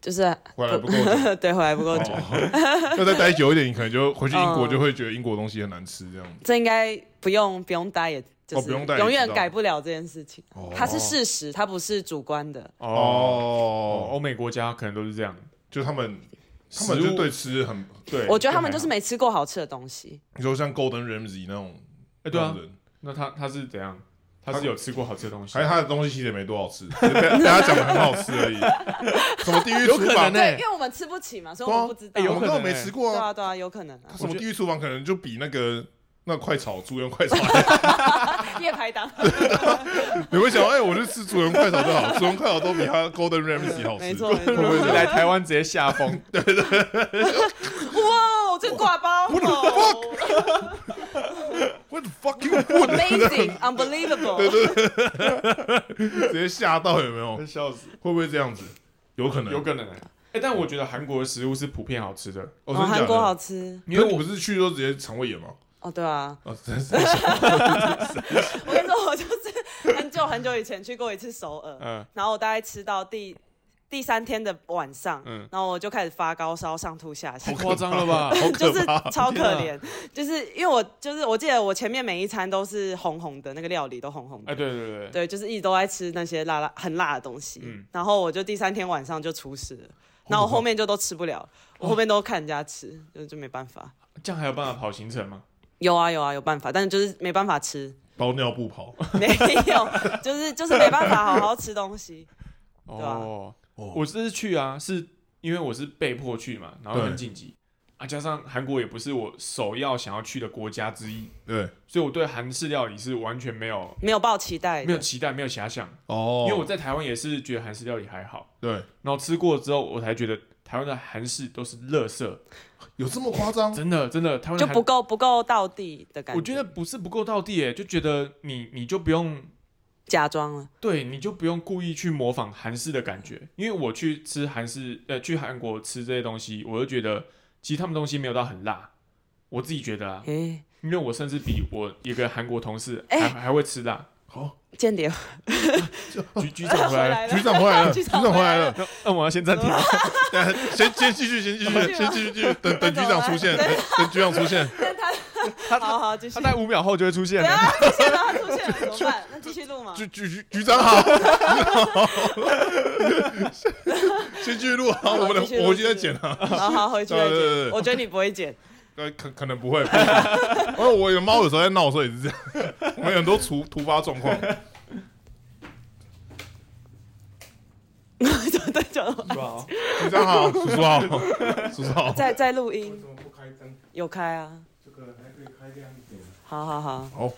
[SPEAKER 3] 就是
[SPEAKER 1] 回来不够久。
[SPEAKER 3] 对回来不够久，
[SPEAKER 1] 哦 要再待久一点，你可能就回去英国
[SPEAKER 3] 嗯
[SPEAKER 1] 就会觉得英国东西很难吃这样子。
[SPEAKER 3] 这应该不用不用待，也就
[SPEAKER 1] 哦
[SPEAKER 3] 是
[SPEAKER 1] 不用待也
[SPEAKER 3] 永
[SPEAKER 1] 知
[SPEAKER 3] 远
[SPEAKER 1] 道哦
[SPEAKER 3] 改不了这件事情。啊它是事实，它不是主观的。
[SPEAKER 2] 哦，哦
[SPEAKER 1] 哦，
[SPEAKER 2] 欧美国家可能都是这样。
[SPEAKER 1] 就他们，他
[SPEAKER 2] 食
[SPEAKER 1] 们就
[SPEAKER 2] 物
[SPEAKER 1] 对吃很
[SPEAKER 2] 对，
[SPEAKER 3] 我觉得他们
[SPEAKER 2] 还
[SPEAKER 3] 就是
[SPEAKER 2] 好。
[SPEAKER 3] 没吃过好吃的东西，
[SPEAKER 1] 你说像 Golden Ramsy 那种，
[SPEAKER 2] 哎，
[SPEAKER 1] 那
[SPEAKER 2] 对啊
[SPEAKER 1] 种，人
[SPEAKER 2] 那他他是怎样？他是有吃过好吃的东西
[SPEAKER 1] 还，是他的东西其实也没多好吃，只是被被他讲的很好吃而已。什么地狱厨
[SPEAKER 2] 有可
[SPEAKER 1] 房啊
[SPEAKER 2] 能？呢
[SPEAKER 3] 对，因为我们吃不起嘛，所欸以我们不知道。
[SPEAKER 2] 哎有
[SPEAKER 1] 我
[SPEAKER 2] 可
[SPEAKER 1] 们
[SPEAKER 2] 能
[SPEAKER 1] 根本没吃过
[SPEAKER 3] 对
[SPEAKER 1] 啊。
[SPEAKER 3] 啊对啊，有可能 啊，
[SPEAKER 1] 什
[SPEAKER 2] 我
[SPEAKER 1] 么
[SPEAKER 2] 觉
[SPEAKER 1] 地狱厨房可能就比那个那快炒猪跟快炒 还，
[SPEAKER 3] 夜排档，
[SPEAKER 1] 你会想，哎，我就吃猪跟快炒就好，猪跟快炒都比他 Golden Ramsy 好吃。
[SPEAKER 3] 没错没
[SPEAKER 2] 会。
[SPEAKER 3] 错
[SPEAKER 2] 不会是来台湾直接下风？
[SPEAKER 3] 哇，这挂包哦
[SPEAKER 1] What the fuck you would？
[SPEAKER 3] ，amazing unbelievable，
[SPEAKER 1] 直接吓到有没 有？
[SPEAKER 2] 笑死，
[SPEAKER 1] 会不会这样子？有可能，
[SPEAKER 2] 有可能欸。哎，但我觉得韩国的食物是普遍好吃 的，
[SPEAKER 1] 哦
[SPEAKER 3] 哦，
[SPEAKER 1] 真的假
[SPEAKER 3] 韩
[SPEAKER 1] 的
[SPEAKER 3] 国好吃
[SPEAKER 1] 因为我不是去都直接肠胃炎 吗？
[SPEAKER 3] 哦，对啊，
[SPEAKER 1] 啊，真 是真是
[SPEAKER 3] 我跟你说，我就是 很久很久以前去过一次首尔，
[SPEAKER 2] 嗯
[SPEAKER 3] 然后我大概吃到第第三天的晚上，
[SPEAKER 2] 嗯，
[SPEAKER 3] 然后我就开始发高烧、上吐下
[SPEAKER 2] 太
[SPEAKER 3] 泻。
[SPEAKER 2] 夸张了 吧？
[SPEAKER 1] 好
[SPEAKER 3] 就
[SPEAKER 1] 可
[SPEAKER 3] 是
[SPEAKER 1] 怕。
[SPEAKER 3] 超可
[SPEAKER 2] 天啊
[SPEAKER 3] 怜，就是因为我就是我记得我前面每一餐都是红红的，那个料理都红红
[SPEAKER 2] 哎，
[SPEAKER 3] 的，
[SPEAKER 2] 对对对，
[SPEAKER 3] 对，就是一直都在吃那些辣辣很辣的东西，
[SPEAKER 2] 嗯
[SPEAKER 3] 然后我就第三天晚上就出事了，然后我后面就都吃不了，我后面都看人家吃，就就没办法。
[SPEAKER 2] 这样还有办法跑行程吗？
[SPEAKER 3] 有啊有啊有办法，但是就是没办法吃，
[SPEAKER 1] 包尿布跑，
[SPEAKER 3] 没有，就是就是没办法好好吃东西。对啊
[SPEAKER 2] 哦，
[SPEAKER 1] 哦
[SPEAKER 2] 我这次去啊，是因为我是被迫去嘛，然后
[SPEAKER 1] 对
[SPEAKER 2] 很紧急啊，加上韩国也不是我首要想要去的国家之一，
[SPEAKER 1] 对
[SPEAKER 2] 所以我对韩式料理是完全没有
[SPEAKER 3] 没有抱期待
[SPEAKER 2] 没有
[SPEAKER 3] 的，
[SPEAKER 2] 期待，没有遐想，
[SPEAKER 1] 哦
[SPEAKER 2] 因为我在台湾也是觉得韩式料理还好，
[SPEAKER 1] 对
[SPEAKER 2] 然后吃过之后，我才觉得台湾的韩式都是垃圾，
[SPEAKER 1] 有这么夸张？
[SPEAKER 2] 真的真的，台湾的
[SPEAKER 3] 哦就
[SPEAKER 2] 韩
[SPEAKER 3] 不够不够到地的感
[SPEAKER 2] 我觉得不是不够到地诶，就觉得你你就不用
[SPEAKER 3] 假装了，
[SPEAKER 2] 对，你就不用故意去模仿韩式的感觉，因为我去吃韩式，呃，去韩国吃这些东西，我就觉得其实他们东西没有到很辣，我自己觉得啊，
[SPEAKER 3] 诶、
[SPEAKER 2] 因为我甚至比我一个韩国同事还、
[SPEAKER 3] 哎
[SPEAKER 2] 还会吃辣。
[SPEAKER 1] 好，
[SPEAKER 3] 间谍
[SPEAKER 2] 局局长回来 了，
[SPEAKER 3] 来
[SPEAKER 1] 局长回来了，局
[SPEAKER 3] 局
[SPEAKER 1] 长
[SPEAKER 3] 长
[SPEAKER 1] 回
[SPEAKER 3] 回
[SPEAKER 1] 来
[SPEAKER 3] 来
[SPEAKER 1] 了
[SPEAKER 3] 了，
[SPEAKER 2] 那那我要先暂停。
[SPEAKER 1] 等一下先先继续，先继
[SPEAKER 3] 我
[SPEAKER 1] 续，
[SPEAKER 3] 去
[SPEAKER 1] 先
[SPEAKER 3] 了
[SPEAKER 1] 继续，继续，等等局长出现，
[SPEAKER 3] 对
[SPEAKER 1] 等等局长出现，
[SPEAKER 3] 但他
[SPEAKER 2] 他
[SPEAKER 3] 好
[SPEAKER 2] 他
[SPEAKER 3] 好继续
[SPEAKER 2] 他，在五秒后就会出现
[SPEAKER 3] 等一
[SPEAKER 2] 了。
[SPEAKER 3] 下出现了，他出现了怎么办？那继续录吗？
[SPEAKER 1] 局局局局长好， 先继续录啊，
[SPEAKER 3] 好
[SPEAKER 1] 我们
[SPEAKER 3] 继续
[SPEAKER 1] 的
[SPEAKER 3] 录
[SPEAKER 1] 我回去再剪啊，
[SPEAKER 3] 好好回去
[SPEAKER 1] 对
[SPEAKER 3] 再
[SPEAKER 1] 对对对
[SPEAKER 3] 剪，我觉得你不会剪，
[SPEAKER 1] 呃，可可能不会， 因为我的猫有时候在闹的时候也是这样，我们有很多突突发状况，
[SPEAKER 3] 对对对，
[SPEAKER 2] 对啊
[SPEAKER 1] 局长好，叔叔 好，叔叔好，
[SPEAKER 3] 在在录音
[SPEAKER 4] 为什么不开灯？
[SPEAKER 3] 有开啊，
[SPEAKER 4] 这个还可以开亮一点。
[SPEAKER 3] 好好好，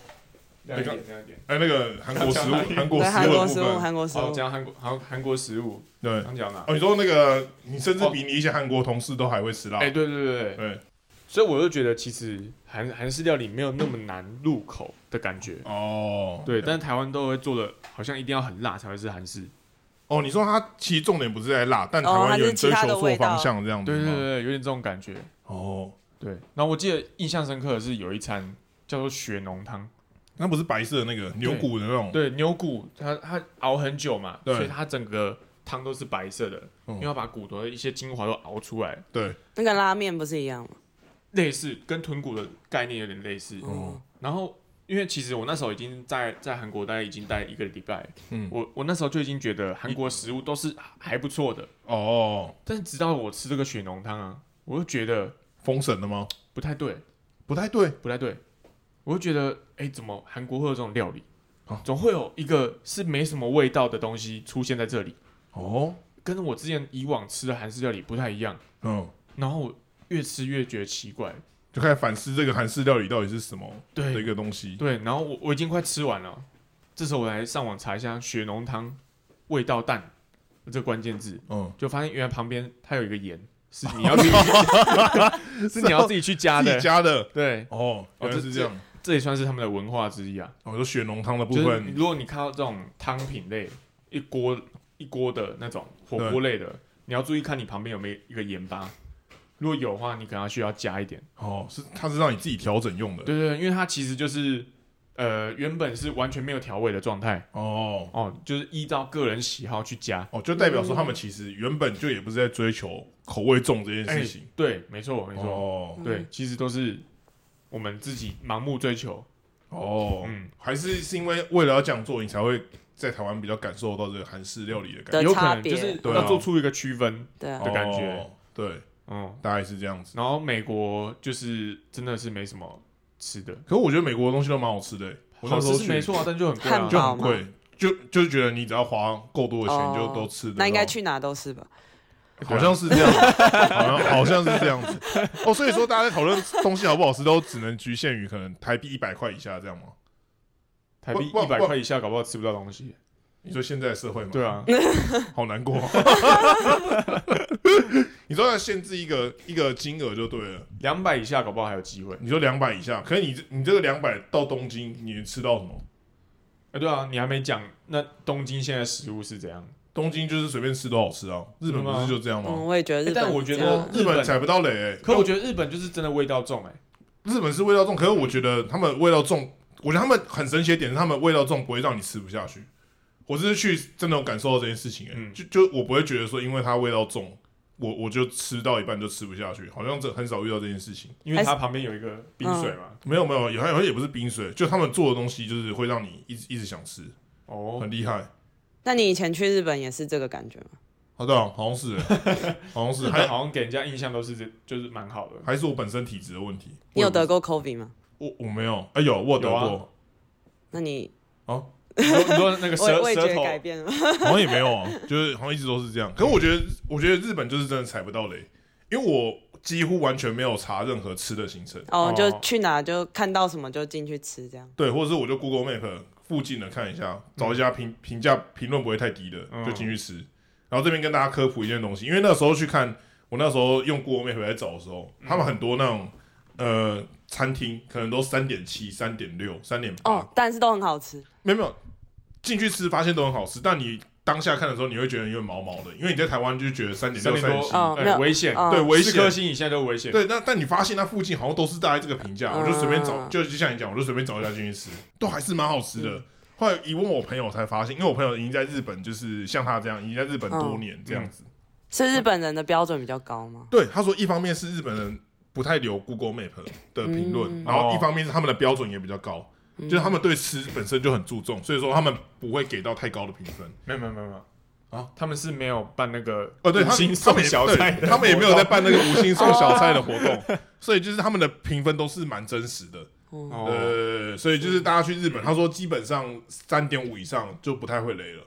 [SPEAKER 2] 亮一点，亮一点。
[SPEAKER 1] 哎，那个韩国食物，韩国
[SPEAKER 3] 对韩
[SPEAKER 1] 食物的
[SPEAKER 3] 国
[SPEAKER 1] 部
[SPEAKER 3] 食物
[SPEAKER 1] 分，
[SPEAKER 3] 韩国食
[SPEAKER 2] 好，
[SPEAKER 3] 物，
[SPEAKER 2] 讲韩国韩韩国食物，
[SPEAKER 1] 对。
[SPEAKER 2] 刚讲哪？
[SPEAKER 1] 哦，你说那个，你甚至比你一些韩国同事都还会吃辣。
[SPEAKER 2] 哎，对对对对。
[SPEAKER 1] 对，
[SPEAKER 2] 所以我就觉得其实韩韩式料理没有那么难入口的感觉。
[SPEAKER 1] 哦，
[SPEAKER 2] 对，但台湾都会做的，好像一定要很辣才会是韩式。
[SPEAKER 1] 哦，你说他其实重点不是在辣，但台
[SPEAKER 3] 哦
[SPEAKER 1] 湾
[SPEAKER 3] 它
[SPEAKER 1] 有
[SPEAKER 3] 是
[SPEAKER 1] 人追
[SPEAKER 3] 其他
[SPEAKER 1] 求
[SPEAKER 3] 的
[SPEAKER 1] 做
[SPEAKER 3] 味道
[SPEAKER 1] 方向这样子
[SPEAKER 2] 对
[SPEAKER 1] 吗
[SPEAKER 2] 对对，对有点这种感觉。
[SPEAKER 1] 哦，
[SPEAKER 2] 对，然后我记得印象深刻的是有一餐叫做血浓汤，
[SPEAKER 1] 那不是白色的那个牛骨的那种，
[SPEAKER 2] 对，牛骨它它熬很久嘛，
[SPEAKER 1] 嗯对
[SPEAKER 2] 所以它整个汤都是白色的，
[SPEAKER 1] 嗯
[SPEAKER 2] 因为要把骨头的一些精华都熬出来，
[SPEAKER 1] 对，
[SPEAKER 3] 那个拉面不是一样吗？
[SPEAKER 2] 类似跟豚骨的概念有点类似。
[SPEAKER 1] 嗯
[SPEAKER 3] 哦，
[SPEAKER 2] 然后因为其实我那时候已经在在韩国待已经待一个礼拜，
[SPEAKER 1] 嗯
[SPEAKER 2] 我我那时候就已经觉得韩国食物都是还不错的，
[SPEAKER 1] 哦，
[SPEAKER 2] 但是直到我吃这个血浓汤啊，我就觉得
[SPEAKER 1] 封神了吗？
[SPEAKER 2] 不太对。
[SPEAKER 1] 不太对，
[SPEAKER 2] 不太对，我就觉得，哎、怎么韩国会有这种料理
[SPEAKER 1] 啊？
[SPEAKER 2] 总会有一个是没什么味道的东西出现在这里，
[SPEAKER 1] 哦，
[SPEAKER 2] 跟我之前以往吃的韩式料理不太一样。
[SPEAKER 1] 嗯，
[SPEAKER 2] 然后我越吃越觉得奇怪，
[SPEAKER 1] 就开始反思这个韩式料理到底是什么的一
[SPEAKER 2] 对
[SPEAKER 1] 个东西。
[SPEAKER 2] 对，然后我我已经快吃完了，这时候我来上网查一下血浓汤味道淡这个关键字，
[SPEAKER 1] 嗯，
[SPEAKER 2] 就发现原来旁边它有一个盐，是你 要去，是你要自己去加
[SPEAKER 1] 自
[SPEAKER 2] 的
[SPEAKER 1] 己。加的。
[SPEAKER 2] 对，
[SPEAKER 1] 哦，
[SPEAKER 2] 哦
[SPEAKER 1] 原来是
[SPEAKER 2] 这
[SPEAKER 1] 这样。
[SPEAKER 2] 这也算是他们的文化之一啊。
[SPEAKER 1] 哦，就血浓汤的部
[SPEAKER 2] 就是你
[SPEAKER 1] 分，
[SPEAKER 2] 如果你看到这种汤品类一锅一锅的那种火锅类的，你要注意看你旁边有没有一个盐巴，如果有的话，你可能要需要加一点。
[SPEAKER 1] 哦，是它是让你自己调整用的。
[SPEAKER 2] 对对对，因为它其实就是呃原本是完全没有调味的状态
[SPEAKER 1] 哦
[SPEAKER 2] 哦，就是依照个人喜好去加。
[SPEAKER 1] 哦，就代表说他
[SPEAKER 3] 嗯
[SPEAKER 1] 们其实原本就也不是在追求口味重这件事情。
[SPEAKER 2] 对，没错哎没错，
[SPEAKER 1] 哦
[SPEAKER 3] 嗯
[SPEAKER 2] 对，其实都是我们自己盲目追求。
[SPEAKER 1] 哦，
[SPEAKER 2] 嗯，
[SPEAKER 1] 还是是因为为了要这样做，你才会在台湾比较感受到这个韩式料理的感
[SPEAKER 3] 的
[SPEAKER 2] 有
[SPEAKER 3] 差
[SPEAKER 2] 可能就
[SPEAKER 3] 别
[SPEAKER 2] 是
[SPEAKER 1] 对啊
[SPEAKER 2] 要做出一个区分。
[SPEAKER 3] 对啊
[SPEAKER 1] 觉
[SPEAKER 2] 的感觉
[SPEAKER 1] 哦对，
[SPEAKER 2] 嗯，
[SPEAKER 1] 大概是这样子。
[SPEAKER 2] 然后美国就是真的是没什么吃的，
[SPEAKER 1] 可是我觉得美国的东西都蛮好吃的欸，我那
[SPEAKER 2] 好
[SPEAKER 1] 时候
[SPEAKER 2] 吃是
[SPEAKER 1] 去
[SPEAKER 2] 没错啊，但就很贵啊
[SPEAKER 3] 汉。
[SPEAKER 1] 就
[SPEAKER 3] 堡
[SPEAKER 1] 很贵，就就是觉得你只要花够多的钱
[SPEAKER 3] 哦
[SPEAKER 1] 就都吃得到。
[SPEAKER 3] 那应该去哪都是吧？
[SPEAKER 1] 好像是这样，好像好像是这样子。哦，所以说大家在讨论东西好不好吃，都只能局限于可能台币一百块以下这样吗？
[SPEAKER 2] 台币
[SPEAKER 1] 不不
[SPEAKER 2] 一百
[SPEAKER 1] 不
[SPEAKER 2] 块以下，搞不好吃不到东西。
[SPEAKER 1] 你说现在的社会吗？嗯
[SPEAKER 2] 对，啊，
[SPEAKER 1] 好难过。 你说要限制一个一个金额就对了。
[SPEAKER 2] 两百以下搞不好还有机会。
[SPEAKER 1] 你说两百以下，可是你这你这个两百到东京，你能吃到什么？
[SPEAKER 2] 哎，对啊，你还没讲，那东京现在食物是怎样？
[SPEAKER 1] 东京就是随便吃都好吃啊，日本不是就这样
[SPEAKER 3] 嗯，
[SPEAKER 1] 吗？
[SPEAKER 3] 我也觉得日本
[SPEAKER 2] 哦哎但
[SPEAKER 3] 是这样。
[SPEAKER 2] 我觉得
[SPEAKER 1] 日本踩不到雷、欸，
[SPEAKER 2] 可我觉得日本就是真的味道重哎、
[SPEAKER 1] 日本是味道重，可是我觉得他们味道重，我觉得他们很神奇的点是他们味道重不会让你吃不下去。我这次去真的有感受到这件事情、欸，
[SPEAKER 2] 嗯
[SPEAKER 1] 就就我不会觉得说因为它味道重，我我就吃到一半就吃不下去，好像这很少遇到这件事情。
[SPEAKER 2] 因为它旁边有一个冰水
[SPEAKER 3] 嗯
[SPEAKER 2] 嘛。
[SPEAKER 1] 没有没有，也好像也不是冰水，就他们做的东西就是会让你一直一直想吃，
[SPEAKER 2] 哦，
[SPEAKER 1] 很厉害。
[SPEAKER 3] 那你以前去日本也是这个感觉吗？
[SPEAKER 1] 好的、好像是、欸，好像
[SPEAKER 2] 日
[SPEAKER 1] 是，
[SPEAKER 2] 本
[SPEAKER 1] 还
[SPEAKER 2] 好像给人家印象都是这就是蛮好 的。
[SPEAKER 1] 还是我本身体质的问题。
[SPEAKER 3] 你有得过 COVID 吗？
[SPEAKER 1] 我我没有，哎、有我有得
[SPEAKER 2] 有啊
[SPEAKER 1] 过，
[SPEAKER 3] 那你
[SPEAKER 2] 你说你说那个
[SPEAKER 3] 我也
[SPEAKER 2] 舌
[SPEAKER 3] 我也觉
[SPEAKER 2] 舌
[SPEAKER 3] 得
[SPEAKER 2] 头，
[SPEAKER 3] 改变了，
[SPEAKER 1] 好像也没有啊，就是好像一直都是这样。可我觉得，我觉得日本就是真的踩不到雷，因为我几乎完全没有查任何吃的行程，
[SPEAKER 3] 哦，
[SPEAKER 2] 哦
[SPEAKER 3] 就去哪就看到什么就进去吃这样。
[SPEAKER 1] 对，或者是我就 Google Map 附近的看一下，找一家评评价评论不会太低的，
[SPEAKER 2] 嗯
[SPEAKER 1] 就进去吃。然后这边跟大家科普一件东西，因为那时候去看，我那时候用 Google Map 来找的时候，他们很多那种呃餐厅可能都三点七、三点六、三点八，
[SPEAKER 3] 哦，但是都很好吃。
[SPEAKER 1] 没有没有，进去吃发现都很好吃，但你当下看的时候，你会觉得有点毛毛的，因为你在台湾就觉得三点六、三
[SPEAKER 2] 三点
[SPEAKER 1] 点
[SPEAKER 2] 多
[SPEAKER 1] 七，
[SPEAKER 3] 哦，没
[SPEAKER 2] 哎，
[SPEAKER 3] 有，
[SPEAKER 2] 危险，
[SPEAKER 3] 哦
[SPEAKER 1] 对，危
[SPEAKER 2] 四颗
[SPEAKER 1] 险。
[SPEAKER 2] 星以下都危险。
[SPEAKER 1] 对，那但你发现那附近好像都是大概这个评价，我就随便找，
[SPEAKER 3] 嗯
[SPEAKER 1] 就就像你讲，我就随便找一家进去吃，都还是蛮好吃的。后来一问我朋友才发现，因为我朋友已经在日本，就是像他这样，已经在日本多年这样子。
[SPEAKER 3] 是日本人的标准比较高吗？
[SPEAKER 1] 对，他说一方面是日本人不太留 Google Map 的评论，
[SPEAKER 3] 嗯
[SPEAKER 1] 然后
[SPEAKER 2] 哦
[SPEAKER 1] 一方面是他们的标准也比较高，就是他们对吃本身就很注重，所以说他们不会给到太高的评分。
[SPEAKER 2] 没有没有没有没有
[SPEAKER 1] 啊
[SPEAKER 2] 啊，他们是没有办那个
[SPEAKER 1] 哦，对，
[SPEAKER 2] 五
[SPEAKER 1] 他
[SPEAKER 2] 星
[SPEAKER 1] 们
[SPEAKER 2] 送小菜
[SPEAKER 1] 他们也对
[SPEAKER 2] 的
[SPEAKER 1] 他们也没有在
[SPEAKER 2] 活
[SPEAKER 1] 办那个五星送小菜的活动，所以就是他们的评分都是蛮真实的。
[SPEAKER 2] 动哦，
[SPEAKER 1] 呃，所以就是大家去日本，他说基本上三点五以上就不太会雷了。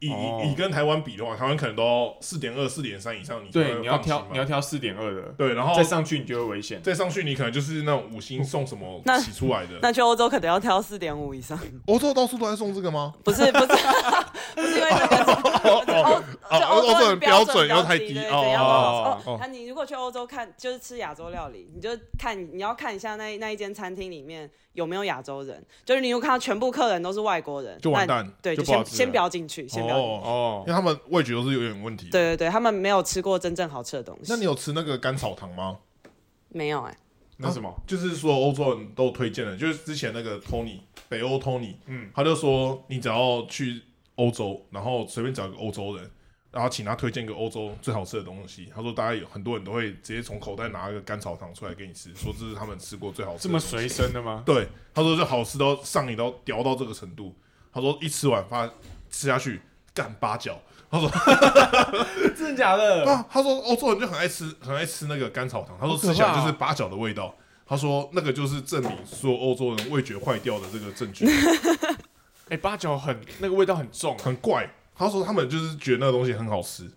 [SPEAKER 1] 以
[SPEAKER 2] 哦
[SPEAKER 1] 以以跟台湾比的话，台湾可能都四点二、四点三以上，你才
[SPEAKER 2] 对，
[SPEAKER 1] 会
[SPEAKER 2] 你要
[SPEAKER 1] 放心
[SPEAKER 2] 挑
[SPEAKER 1] 嘛
[SPEAKER 2] 你要挑四点二的，
[SPEAKER 1] 对，然后
[SPEAKER 2] 再上去你就会危险。
[SPEAKER 1] 再上去，你可能就是那种五星送什么
[SPEAKER 3] 那
[SPEAKER 1] 洗出来的。
[SPEAKER 3] 那去欧洲可能要挑四点五以上，
[SPEAKER 1] 欧洲到处都在送这个吗？
[SPEAKER 3] 不是不 是不是因为这个是
[SPEAKER 1] 哦哦
[SPEAKER 3] 欧就
[SPEAKER 1] 欧洲
[SPEAKER 3] 洲
[SPEAKER 1] 人
[SPEAKER 3] 人
[SPEAKER 1] 标
[SPEAKER 3] 标
[SPEAKER 1] 准
[SPEAKER 3] 准
[SPEAKER 1] 又太低
[SPEAKER 3] 低，对
[SPEAKER 1] 哦
[SPEAKER 3] 对要
[SPEAKER 2] 哦
[SPEAKER 3] 哦
[SPEAKER 1] 哦
[SPEAKER 3] 哦。那你如果去欧洲看，就是吃亚洲料理，你就看你要看一下那那一间餐厅里面有没有亚洲人，就是你如果看到全部客人都是外国人，
[SPEAKER 1] 就完
[SPEAKER 3] 那
[SPEAKER 1] 蛋，
[SPEAKER 3] 对，
[SPEAKER 2] 就
[SPEAKER 3] 就
[SPEAKER 2] 不好
[SPEAKER 3] 先
[SPEAKER 2] 吃了
[SPEAKER 3] 先不要进去，先不要进
[SPEAKER 1] 哦，
[SPEAKER 3] 去。
[SPEAKER 2] 哦
[SPEAKER 1] 因为，他们味觉都是有点问题。，
[SPEAKER 3] 对对对，他们没有吃过真正好吃的东西。
[SPEAKER 1] 那你有吃那个甘草糖吗？
[SPEAKER 3] 没有哎、
[SPEAKER 2] 那什么，
[SPEAKER 1] 就是说欧洲人都推荐的，就是之前那个 Tony 北欧 Tony，
[SPEAKER 2] 嗯，
[SPEAKER 1] 他就说你只要去欧洲，然后随便找一个欧洲人，然后请他推荐一个欧洲最好吃的东西。他说大家有很多人都会直接从口袋拿一个甘草糖出来给你吃，说这是他们吃过最好吃
[SPEAKER 2] 这
[SPEAKER 1] 的
[SPEAKER 2] 么
[SPEAKER 1] 东西。
[SPEAKER 2] 随身的吗？
[SPEAKER 1] 对，他说就好吃到上瘾到屌到这个程度。他说一吃完发吃下去干八角。他说
[SPEAKER 2] 真的假的
[SPEAKER 1] 啊，他说欧洲人就很爱吃，很爱吃那个甘草糖。他说
[SPEAKER 2] 好可怕哦
[SPEAKER 1] 吃起来就是八角的味道。他说那个就是证明所有欧 洲人味觉坏掉的这个证据，
[SPEAKER 2] 哎、八角很那个味道很重、啊，
[SPEAKER 1] 很怪。他说他们就是觉得那个东西很好吃，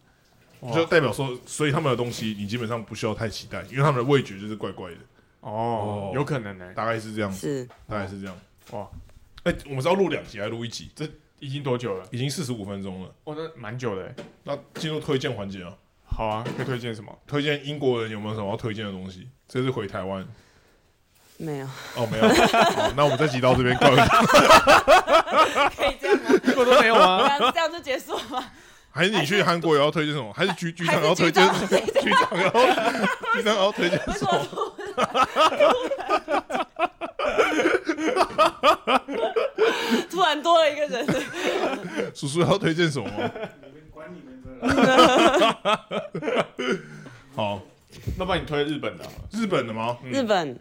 [SPEAKER 2] 哇
[SPEAKER 1] 就代表说，所以他们的东西你基本上不需要太期待，因为他们的味觉就是怪怪的，
[SPEAKER 2] 哦
[SPEAKER 1] 哦，
[SPEAKER 2] 有可能呢，
[SPEAKER 1] 大概是这样，
[SPEAKER 3] 是
[SPEAKER 1] 大概是这样。
[SPEAKER 2] 哇，
[SPEAKER 1] 哎、我们是要录两集还是录一集？这
[SPEAKER 2] 已经多久了？
[SPEAKER 1] 已经四十五分钟了，
[SPEAKER 2] 哦，那蛮久的欸。
[SPEAKER 1] 那进入推荐环节啊，
[SPEAKER 2] 好啊，可以推荐什么？
[SPEAKER 1] 推荐英国人有没有什么要推荐的东西？这次回台湾
[SPEAKER 3] 没有，
[SPEAKER 1] 哦， 没有。好，那我们这集到这边告一段落，
[SPEAKER 3] 可以这样吗？
[SPEAKER 2] 英国都没有啊吗？
[SPEAKER 3] 这样这样就结束了吗？
[SPEAKER 1] 还是你去韩国也要推荐什么？还是局局
[SPEAKER 3] 哎还
[SPEAKER 1] 长
[SPEAKER 3] 是
[SPEAKER 1] 要推
[SPEAKER 3] 局
[SPEAKER 1] 荐
[SPEAKER 3] 长
[SPEAKER 1] 什么？
[SPEAKER 3] 推荐
[SPEAKER 1] 局长要局长要推荐
[SPEAKER 3] 为
[SPEAKER 1] 什
[SPEAKER 3] 什么
[SPEAKER 1] 么？
[SPEAKER 3] 突然 突然多了一个人？
[SPEAKER 1] 叔叔要推荐什么 吗？
[SPEAKER 4] 你们管你们的啦，
[SPEAKER 1] 好，
[SPEAKER 2] 那帮你推日本的好了。
[SPEAKER 1] 日本的吗？
[SPEAKER 3] 日本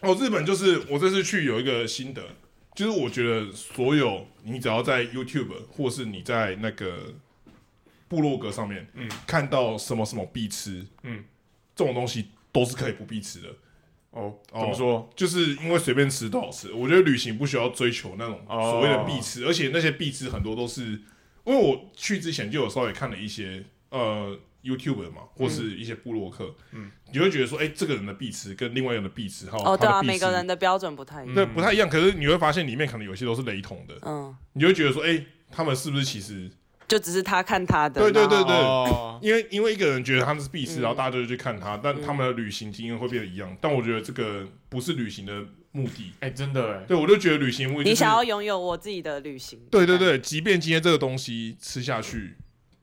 [SPEAKER 1] 哦，日本就是我这次去有一个心得，就是我觉得所有你只要在 YouTube 或是你在那个部落格上面，
[SPEAKER 2] 嗯
[SPEAKER 1] 看到什么什么必吃，
[SPEAKER 2] 嗯，
[SPEAKER 1] 这种东西都是可以不必吃的，
[SPEAKER 2] 哦，怎
[SPEAKER 1] 哦
[SPEAKER 2] 么说？
[SPEAKER 1] 就是因为随便吃都好吃。我觉得旅行不需要追求那种
[SPEAKER 2] 哦
[SPEAKER 1] 所谓的必吃，而且那些必吃很多都是，因为我去之前就有稍微看了一些呃 YouTube 嘛，或是一些部落客，
[SPEAKER 2] 嗯，
[SPEAKER 1] 你会觉得说，哎、这个人的必吃跟另外一个人的必吃，还有他
[SPEAKER 3] 哦，对啊，
[SPEAKER 1] 的嗯必
[SPEAKER 3] 每
[SPEAKER 1] 吃
[SPEAKER 3] 个人的标准不太一样。
[SPEAKER 1] 对不太一样，可是你会发现里面可能有些都是雷同的，
[SPEAKER 3] 嗯，
[SPEAKER 1] 你就会觉得说，哎、他们是不是其实
[SPEAKER 3] 就只是他看他的。
[SPEAKER 1] 对对对
[SPEAKER 3] 然后
[SPEAKER 1] 对
[SPEAKER 2] 哦，
[SPEAKER 1] 因为因为一个人觉得他们是必吃，
[SPEAKER 3] 嗯
[SPEAKER 1] 然后大家就会去看他，但他们的旅行经验会变得一样。但我觉得这个不是旅行的目的，
[SPEAKER 2] 哎，真的哎，
[SPEAKER 1] 对我就觉得旅行目的、就是、
[SPEAKER 3] 你想要拥有我自己的旅行。
[SPEAKER 1] 对对对，即便今天这个东西吃下去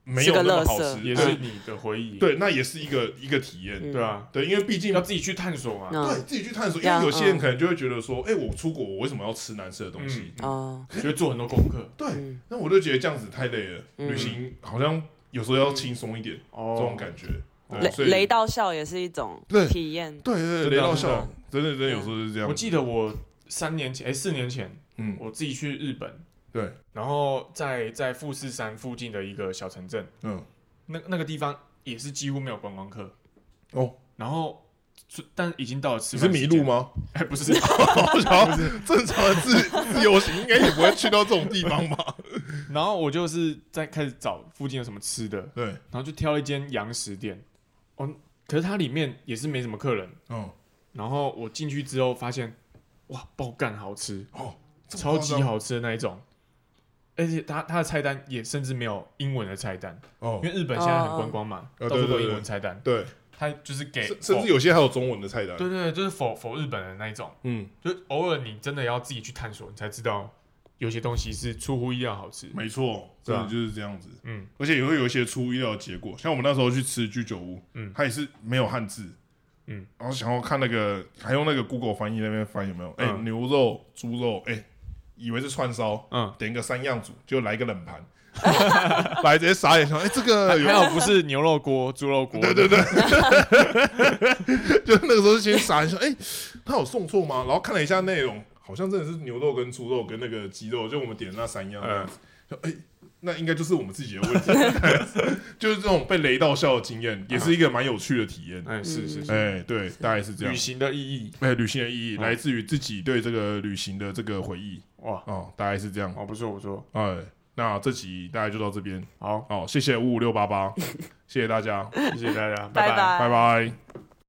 [SPEAKER 1] 没有那么好
[SPEAKER 3] 是个垃
[SPEAKER 1] 吃，
[SPEAKER 3] 圾
[SPEAKER 2] 也是你的回忆。
[SPEAKER 1] 对对，那也是一个一个体验。
[SPEAKER 3] 嗯
[SPEAKER 2] 对啊，
[SPEAKER 1] 对，因为毕竟
[SPEAKER 2] 要自己去探索嘛。
[SPEAKER 1] 对
[SPEAKER 3] 嗯
[SPEAKER 1] 自己去探索，因
[SPEAKER 3] 要
[SPEAKER 1] 为有些人
[SPEAKER 3] 嗯
[SPEAKER 1] 可能就会觉得说，哎，我出国我为什么要吃难吃的东西？
[SPEAKER 2] 嗯
[SPEAKER 3] 哦，
[SPEAKER 2] 就会做很多功课。
[SPEAKER 1] 对，
[SPEAKER 3] 嗯
[SPEAKER 1] 那我就觉得这样子太累了，
[SPEAKER 3] 嗯
[SPEAKER 1] 旅行好像有时候要轻松一点，
[SPEAKER 2] 哦
[SPEAKER 1] 这种感觉。对
[SPEAKER 3] 雷
[SPEAKER 1] 所以
[SPEAKER 3] 雷到笑也是一种
[SPEAKER 1] 对
[SPEAKER 3] 体验。
[SPEAKER 1] 对对对，
[SPEAKER 2] 真的
[SPEAKER 1] 雷到
[SPEAKER 2] 真的
[SPEAKER 1] 笑，真的真的有时候是这样。
[SPEAKER 2] 我记得我三年前，哎，四年前，
[SPEAKER 1] 嗯
[SPEAKER 2] 我自己去日本，
[SPEAKER 1] 对，
[SPEAKER 2] 然后在在富士山附近的一个小城镇，
[SPEAKER 1] 嗯，
[SPEAKER 2] 那那个地方也是几乎没有观光客
[SPEAKER 1] 哦，
[SPEAKER 2] 然后是但已经到了吃
[SPEAKER 1] 你是
[SPEAKER 2] 饭
[SPEAKER 1] 迷
[SPEAKER 2] 时间
[SPEAKER 1] 路？吗？
[SPEAKER 2] 哎，不 是，
[SPEAKER 1] 我想要正常的自自由行应该也不会去到这种地方吧？
[SPEAKER 2] 然后我就是在开始找附近有什么吃的，
[SPEAKER 1] 对，
[SPEAKER 2] 然后就挑了一间洋食店，哦，可是它里面也是没什么客人，
[SPEAKER 1] 嗯，
[SPEAKER 2] 然后我进去之后发现，哇，爆干好吃，
[SPEAKER 1] 哦，这么
[SPEAKER 2] 超
[SPEAKER 1] 夸张
[SPEAKER 2] 级好吃的那一种。而且它它的菜单也甚至没有英文的菜单，
[SPEAKER 1] 哦
[SPEAKER 2] 因，为日本现在很观光嘛，
[SPEAKER 1] 哦哦
[SPEAKER 2] 到处
[SPEAKER 1] 对
[SPEAKER 2] 都
[SPEAKER 1] 对
[SPEAKER 2] 英
[SPEAKER 1] 对
[SPEAKER 2] 文菜单，
[SPEAKER 1] 对，
[SPEAKER 2] 它就是给
[SPEAKER 1] 甚甚至有些还有中文的菜单。
[SPEAKER 2] 对对对，就是否否日本人那一种，
[SPEAKER 1] 嗯，
[SPEAKER 2] 就偶尔你真的要自己去探索，你才知道有些东西是出乎意料好吃。
[SPEAKER 1] 没错，真的就是这啊样子。
[SPEAKER 2] 嗯，
[SPEAKER 1] 而且也会有一些出乎意料的结果，像我们那时候去吃居酒屋，
[SPEAKER 2] 嗯
[SPEAKER 1] 它也是没有汉字，
[SPEAKER 2] 嗯，
[SPEAKER 1] 然后想要看那个，还用那个 Google 翻译那边翻有没有，哎、
[SPEAKER 2] 嗯
[SPEAKER 1] 牛肉、猪肉，哎、以为是串烧，
[SPEAKER 2] 嗯，
[SPEAKER 1] 点一个三样组，就来一个冷盘， 来直接傻眼想，哎、这个有
[SPEAKER 2] 还好不是牛肉锅、猪肉锅，对对对，
[SPEAKER 1] 就那个时候先傻一下，哎、他有送错吗？然后看了一下内容，好像真的是牛肉跟猪肉跟那个鸡肉，就我们点的那三样
[SPEAKER 2] 嗯
[SPEAKER 1] 那样子。就哎、那应该就是我们自己的问题， 就是这种被雷到笑的经
[SPEAKER 2] 嗯
[SPEAKER 1] 验，也是一个蛮有趣的体验。
[SPEAKER 2] 哎是是是，
[SPEAKER 1] 哎、对，大概是这样
[SPEAKER 2] 旅。行的意义
[SPEAKER 1] 哎、旅行的意义
[SPEAKER 2] 嗯
[SPEAKER 1] 来自于自己对这个旅行的这个回忆
[SPEAKER 2] 哇，
[SPEAKER 1] 哦，大概是这样。
[SPEAKER 2] 哦不错不错，
[SPEAKER 1] 哎、那这集大概就到这边
[SPEAKER 2] 好，
[SPEAKER 1] 哦，谢谢五五六八八，谢谢大家，
[SPEAKER 2] 谢谢大家，
[SPEAKER 3] 拜
[SPEAKER 2] 拜。
[SPEAKER 1] 拜拜。